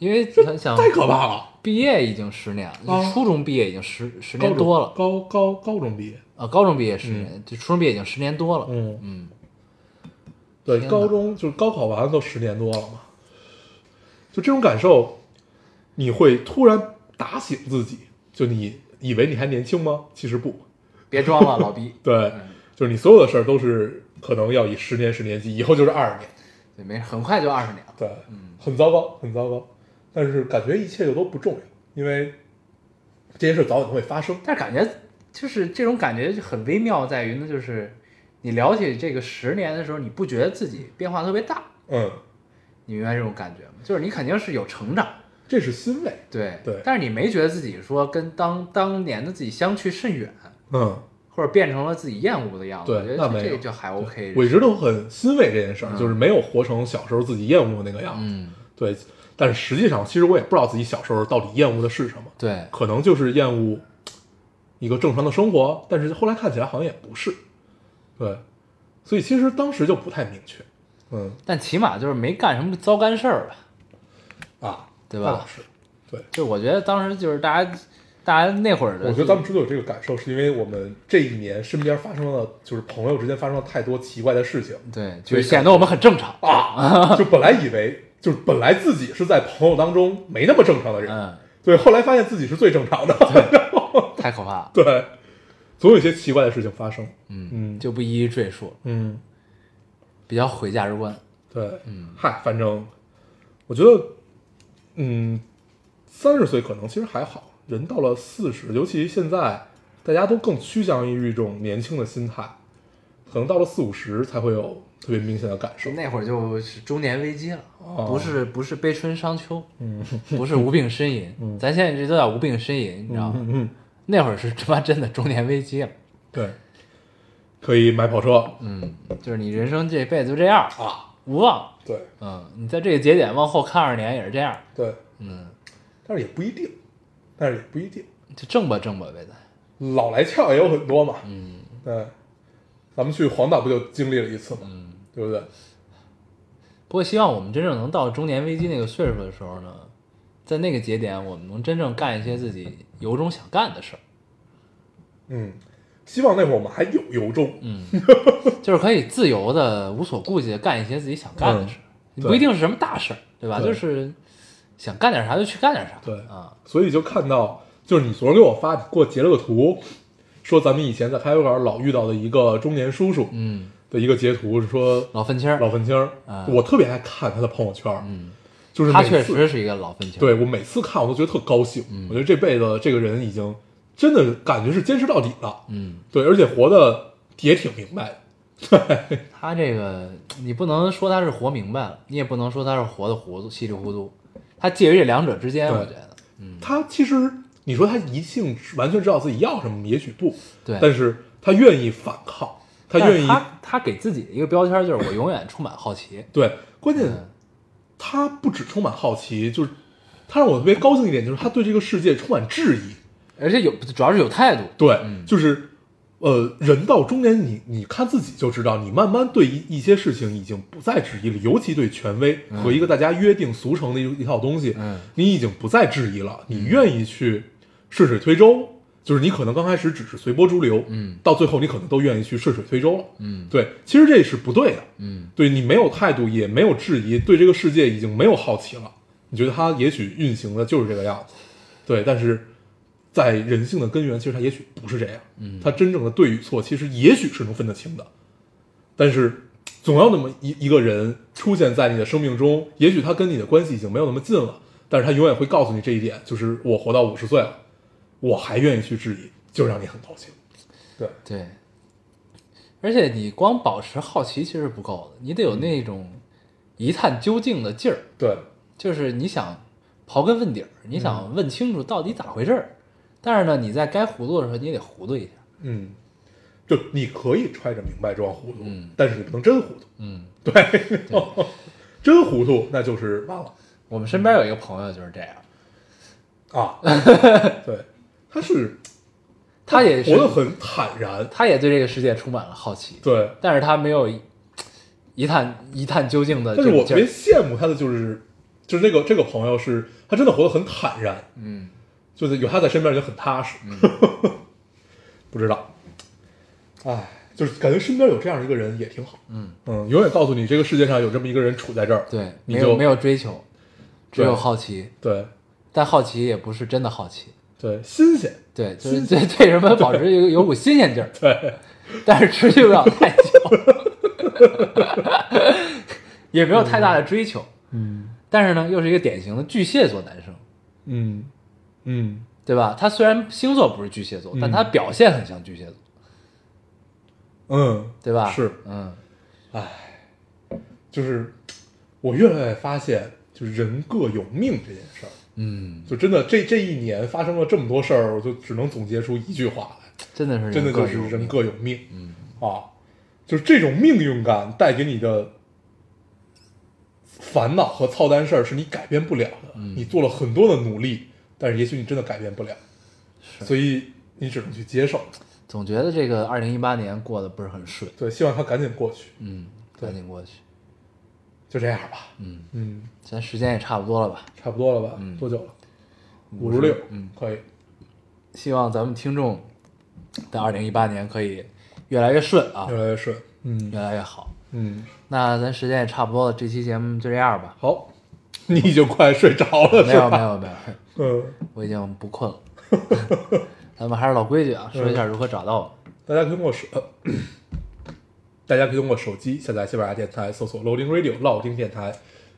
[SPEAKER 2] 因为
[SPEAKER 1] 这
[SPEAKER 2] 想想
[SPEAKER 1] 太可怕了。
[SPEAKER 2] 毕业已经十年了，
[SPEAKER 1] 啊
[SPEAKER 2] 就初中毕业已经十十
[SPEAKER 1] 高
[SPEAKER 2] 年
[SPEAKER 1] 中
[SPEAKER 2] 多了，
[SPEAKER 1] 高高高中毕业，
[SPEAKER 2] 啊，高中毕业十年，就初中毕业已经十年多了。
[SPEAKER 1] 嗯，
[SPEAKER 2] 嗯，
[SPEAKER 1] 对，
[SPEAKER 2] 天哪
[SPEAKER 1] 高中就是高考完了都十年多了嘛，就这种感受，你会突然打醒自己，就你以为你还年轻吗？其实不，
[SPEAKER 2] 别装了，老逼。
[SPEAKER 1] 对，就是你所有的事儿都是可能要以十年十年计，以后就是二十年，
[SPEAKER 2] 对，没事，很快就二十年了。
[SPEAKER 1] 对，
[SPEAKER 2] 嗯
[SPEAKER 1] 很糟糕，很糟糕，但是感觉一切又都不重要，因为这些事儿早晚都会发生，
[SPEAKER 2] 但是感觉就是这种感觉就很微妙，在于呢，就是你聊起这个十年的时候，你不觉得自己变化特别大，
[SPEAKER 1] 嗯，
[SPEAKER 2] 你明白这种感觉吗？就是你肯定是有成长，
[SPEAKER 1] 这是欣慰，
[SPEAKER 2] 对
[SPEAKER 1] 对
[SPEAKER 2] 但是你没觉得自己说跟当当年的自己相去甚远，
[SPEAKER 1] 嗯。
[SPEAKER 2] 或者变成了自己厌恶的样子，
[SPEAKER 1] 对
[SPEAKER 2] 我觉
[SPEAKER 1] 那
[SPEAKER 2] 得
[SPEAKER 1] 没
[SPEAKER 2] 这
[SPEAKER 1] 有
[SPEAKER 2] 就还 OK。
[SPEAKER 1] 我一直都很欣慰这件事儿，
[SPEAKER 2] 嗯
[SPEAKER 1] 就是没有活成小时候自己厌恶那个样子。
[SPEAKER 2] 嗯，
[SPEAKER 1] 对，但是实际上，其实我也不知道自己小时候到底厌恶的是什么，
[SPEAKER 2] 对，
[SPEAKER 1] 可能就是厌恶一个正常的生活，但是后来看起来好像也不是，对，所以其实当时就不太明确，嗯
[SPEAKER 2] 但起码就是没干什么糟干事儿吧。
[SPEAKER 1] 啊，
[SPEAKER 2] 对吧
[SPEAKER 1] 那倒是，对，
[SPEAKER 2] 就我觉得当时就是大家，大家那会儿的，
[SPEAKER 1] 我觉得咱们之所以有这个感受，是因为我们这一年身边发生了，就是朋友之间发生了太多奇怪的事情
[SPEAKER 2] 对，就显得我们很正常。
[SPEAKER 1] 啊，就本来以为。就是本来自己是在朋友当中没那么正常的人，
[SPEAKER 2] 嗯，
[SPEAKER 1] 对，后来发现自己是最正常的，
[SPEAKER 2] 太可怕了，
[SPEAKER 1] 对，总有一些奇怪的事情发生。
[SPEAKER 2] 嗯
[SPEAKER 1] 嗯
[SPEAKER 2] 就不一一赘述了，
[SPEAKER 1] 嗯，
[SPEAKER 2] 比较毁价值观。
[SPEAKER 1] 对，嗯，嗨，反正我觉得，嗯，三十岁可能其实还好，人到了四十，尤其现在大家都更趋向于一种年轻的心态，可能到了四五十才会有特别明显的感受
[SPEAKER 2] 就。那会儿就是中年危机了，
[SPEAKER 1] 哦
[SPEAKER 2] 不是不是悲春伤秋，
[SPEAKER 1] 嗯
[SPEAKER 2] 不是无病呻吟，咱现在这都叫无病呻吟，你知道吗？
[SPEAKER 1] 嗯嗯，
[SPEAKER 2] 那会儿是他妈真的中年危机了，
[SPEAKER 1] 对，可以买跑车
[SPEAKER 2] 嗯，就是你人生这辈子就这样，
[SPEAKER 1] 啊，
[SPEAKER 2] 无望，
[SPEAKER 1] 对
[SPEAKER 2] 嗯，你在这个节点往后看二十年也是这样，
[SPEAKER 1] 对，
[SPEAKER 2] 嗯，
[SPEAKER 1] 但是也不一定，但是也不一定。
[SPEAKER 2] 就挣吧挣吧呗，咱
[SPEAKER 1] 老来俏也有很多嘛，嗯，对，咱们去黄岛不就经历了一次嘛，嗯，对不对？
[SPEAKER 2] 不过希望我们真正能到中年危机那个岁数的时候呢，在那个节点，我们能真正干一些自己由衷想干的事儿，
[SPEAKER 1] 嗯，希望那会儿我们还有由衷，
[SPEAKER 2] 嗯，就是可以自由的、无所顾忌的干一些自己想干的事儿，
[SPEAKER 1] 嗯
[SPEAKER 2] 不一定是什么大事儿，对吧？
[SPEAKER 1] 对
[SPEAKER 2] 就是想干点啥就去干点啥，
[SPEAKER 1] 对
[SPEAKER 2] 啊，
[SPEAKER 1] 所以就看到，就是你昨儿给我发，给我截了个图，说咱们以前在咖啡馆老遇到的一个中年叔叔
[SPEAKER 2] 嗯，
[SPEAKER 1] 的一个截图，是说
[SPEAKER 2] 老愤青儿，
[SPEAKER 1] 老愤青儿
[SPEAKER 2] 啊，
[SPEAKER 1] 我特别爱看他的朋友圈，嗯，就是
[SPEAKER 2] 他
[SPEAKER 1] 每
[SPEAKER 2] 确
[SPEAKER 1] 次
[SPEAKER 2] 实是嗯一个老愤青，，
[SPEAKER 1] 对我每次看我都觉得特高兴，我觉得这辈子这个人已经真的感觉是坚持到底了，
[SPEAKER 2] 嗯，
[SPEAKER 1] 对，而且活的也挺明白的。
[SPEAKER 2] 他这个你不能说他是活明白了，你也不能说他是活的糊涂稀里糊涂，他介于这两者之间，
[SPEAKER 1] 对
[SPEAKER 2] 我觉得，
[SPEAKER 1] 他其实你说他一性完全知道自己要什么，也许不，
[SPEAKER 2] 对
[SPEAKER 1] 但是他愿意反抗，他
[SPEAKER 2] 但是
[SPEAKER 1] 愿意
[SPEAKER 2] 他他给自己的一个标签儿就是我永远充满好奇，
[SPEAKER 1] 对，关键、
[SPEAKER 2] 嗯
[SPEAKER 1] 他不只充满好奇，就是他让我特别高兴一点，就是他对这个世界充满质疑，
[SPEAKER 2] 而且有主要是有态度，
[SPEAKER 1] 对，就是。呃，人到中年你，你看自己就知道，你慢慢对一一些事情已经不再质疑了，尤其对权威和一个大家约定俗成的一一套东西，
[SPEAKER 2] 嗯
[SPEAKER 1] 你已经不再质疑了，你愿意去顺水推舟，就是你可能刚开始只是随波逐流，
[SPEAKER 2] 嗯，
[SPEAKER 1] 到最后你可能都愿意去顺水推舟了，
[SPEAKER 2] 嗯
[SPEAKER 1] 对，其实这是不对的，
[SPEAKER 2] 嗯
[SPEAKER 1] 对你没有态度，也没有质疑，对这个世界已经没有好奇了。你觉得它也许运行的就是这个样子，对，但是在人性的根源，其实它也许不是这样，嗯，它真正的对与错，其实也许是能分得清的，但是总要那么一一个人出现在你的生命中，也许他跟你的关系已经没有那么近了，但是他永远会告诉你这一点，就是我活到五十岁了，我还愿意去质疑，就让你很高兴，对，
[SPEAKER 2] 对。而且你光保持好奇其实不够的，你得有那种一探究竟的劲儿，
[SPEAKER 1] 对，
[SPEAKER 2] 就是你想刨根问底儿，你想问清楚到底咋回事儿。但是呢，你在该糊涂的时候，你也得糊涂一下。
[SPEAKER 1] 嗯，就你可以揣着明白装糊涂，
[SPEAKER 2] 嗯
[SPEAKER 1] 但是你不能真糊涂，
[SPEAKER 2] 嗯，
[SPEAKER 1] 真糊涂那就是完了
[SPEAKER 2] 我们身边有一个朋友就是这样，
[SPEAKER 1] 啊。对，他是
[SPEAKER 2] 他也
[SPEAKER 1] 活
[SPEAKER 2] 是
[SPEAKER 1] 得，很坦然，
[SPEAKER 2] 他也对这个世界充满了好奇，
[SPEAKER 1] 对，
[SPEAKER 2] 但是他没有一一探一探究竟的
[SPEAKER 1] 但
[SPEAKER 2] 这
[SPEAKER 1] 是
[SPEAKER 2] 个
[SPEAKER 1] 我
[SPEAKER 2] 劲
[SPEAKER 1] 特别
[SPEAKER 2] 儿。
[SPEAKER 1] 羡慕他的就是，就是这个这个朋友是，他真的活得很坦然，
[SPEAKER 2] 嗯，
[SPEAKER 1] 就是有他在身边就很踏实。 不知道，哎，就是感觉身边有这样一个人也挺好。
[SPEAKER 2] 嗯
[SPEAKER 1] 永远告诉你这个世界上有这么一个人处在这儿。
[SPEAKER 2] 对，
[SPEAKER 1] 你
[SPEAKER 2] 没有
[SPEAKER 1] 就
[SPEAKER 2] 没有追求，只有
[SPEAKER 1] 对
[SPEAKER 2] 好奇，
[SPEAKER 1] 对
[SPEAKER 2] 但好奇也不是真的好奇。
[SPEAKER 1] 对，新鲜。
[SPEAKER 2] 对，就是对对人们保持有有股新鲜劲儿，
[SPEAKER 1] 对
[SPEAKER 2] 但是持续不了太 久，也没有太大的追求。
[SPEAKER 1] 嗯
[SPEAKER 2] 但是呢，又是一个典型的巨蟹座男生，
[SPEAKER 1] 嗯嗯，
[SPEAKER 2] 对吧？他虽然星座不是巨蟹座，但
[SPEAKER 1] 嗯
[SPEAKER 2] 他表现很像巨蟹座，
[SPEAKER 1] 嗯，
[SPEAKER 2] 对吧？
[SPEAKER 1] 是，
[SPEAKER 2] 嗯，
[SPEAKER 1] 就是我越来越发现，就是人各有命这件事儿，
[SPEAKER 2] 嗯，
[SPEAKER 1] 就真的这这一年发生了这么多事儿，我就只能总结出一句话来，
[SPEAKER 2] 真的是
[SPEAKER 1] 真的
[SPEAKER 2] 嗯各
[SPEAKER 1] 就是
[SPEAKER 2] 有
[SPEAKER 1] 人
[SPEAKER 2] 命
[SPEAKER 1] 各有命，嗯啊，就是这种命运感带给你的烦恼和操蛋事儿是你改变不了的，
[SPEAKER 2] 嗯
[SPEAKER 1] 你做了很多的努力，但是也许你真的改变不了，所以你只能去接受。
[SPEAKER 2] 总觉得这个二零一八年过得不是很顺，
[SPEAKER 1] 对，希望它赶紧过去，
[SPEAKER 2] 嗯，
[SPEAKER 1] 对
[SPEAKER 2] 赶紧过去，
[SPEAKER 1] 就这样吧。
[SPEAKER 2] 嗯，
[SPEAKER 1] 嗯，
[SPEAKER 2] 咱时间也差不多了吧？
[SPEAKER 1] 差不多了吧？
[SPEAKER 2] 嗯
[SPEAKER 1] 多久了？五
[SPEAKER 2] 50
[SPEAKER 1] 六，
[SPEAKER 2] 嗯，
[SPEAKER 1] 可以。
[SPEAKER 2] 希望咱们听众在二零一八年可以越来越顺啊
[SPEAKER 1] 越，来越顺。嗯
[SPEAKER 2] 越来越好。
[SPEAKER 1] 嗯，
[SPEAKER 2] 那咱时间也差不多了，这期节目就这样 吧。
[SPEAKER 1] 好，你已经快睡着了
[SPEAKER 2] 没
[SPEAKER 1] 是
[SPEAKER 2] 有没
[SPEAKER 1] 吧？
[SPEAKER 2] 有没有，
[SPEAKER 1] 嗯，
[SPEAKER 2] 我已经不困了。 咱们还是老规矩啊，说一下如何找到我们。
[SPEAKER 1] 大家可以通过手，呃大家可以通过手机下载喜马拉雅电台，搜索 Loading Radio 老丁电台，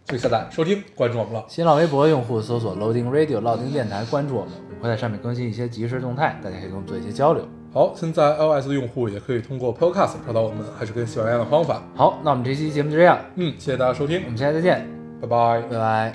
[SPEAKER 1] 就可以下载收听，关注我们了。
[SPEAKER 2] 新浪微博用户搜索 Loading Radio 老丁电台，关注我们，我们会在上面更新一些即时动态，大家可以跟我们做一些交流。
[SPEAKER 1] 好，现在 iOS 的用户也可以通过 Podcast 找到我们，还是跟喜马拉雅的方法。
[SPEAKER 2] 好，那我们这期节目就这样，
[SPEAKER 1] 嗯，谢谢大家收
[SPEAKER 2] 我
[SPEAKER 1] 听，
[SPEAKER 2] 们下期再见，
[SPEAKER 1] 拜拜。
[SPEAKER 2] 拜拜。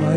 [SPEAKER 3] 怀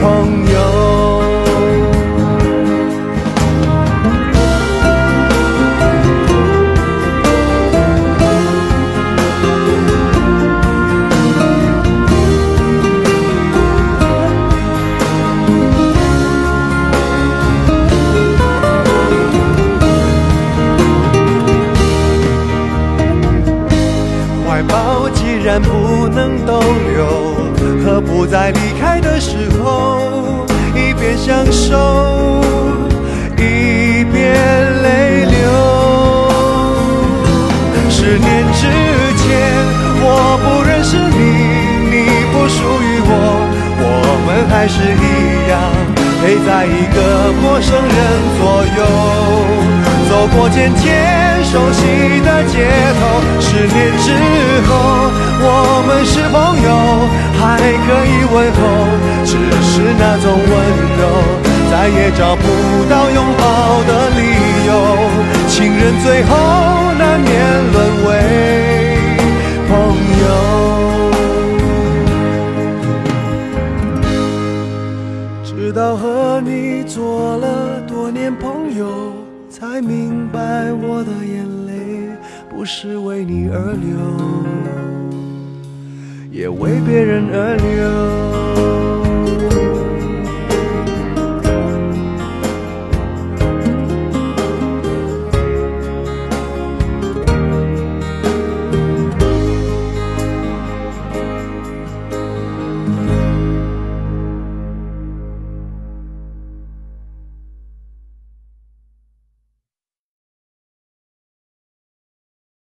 [SPEAKER 3] 朋友。怀抱既然不能逗留，何不在离开的时候一边享受，一边泪流。十年之前，我不认识你，你不属于我，我们还是一样，陪在一个陌生人左右，走过渐渐熟悉的街头。十年之后，我们是朋友，还可以问候，只是那种温柔。再也找不到拥抱的理由。情人最后难免沦为朋友，直到和你做了多年朋友，才明白我的眼泪不是为你而流，也为别人而流。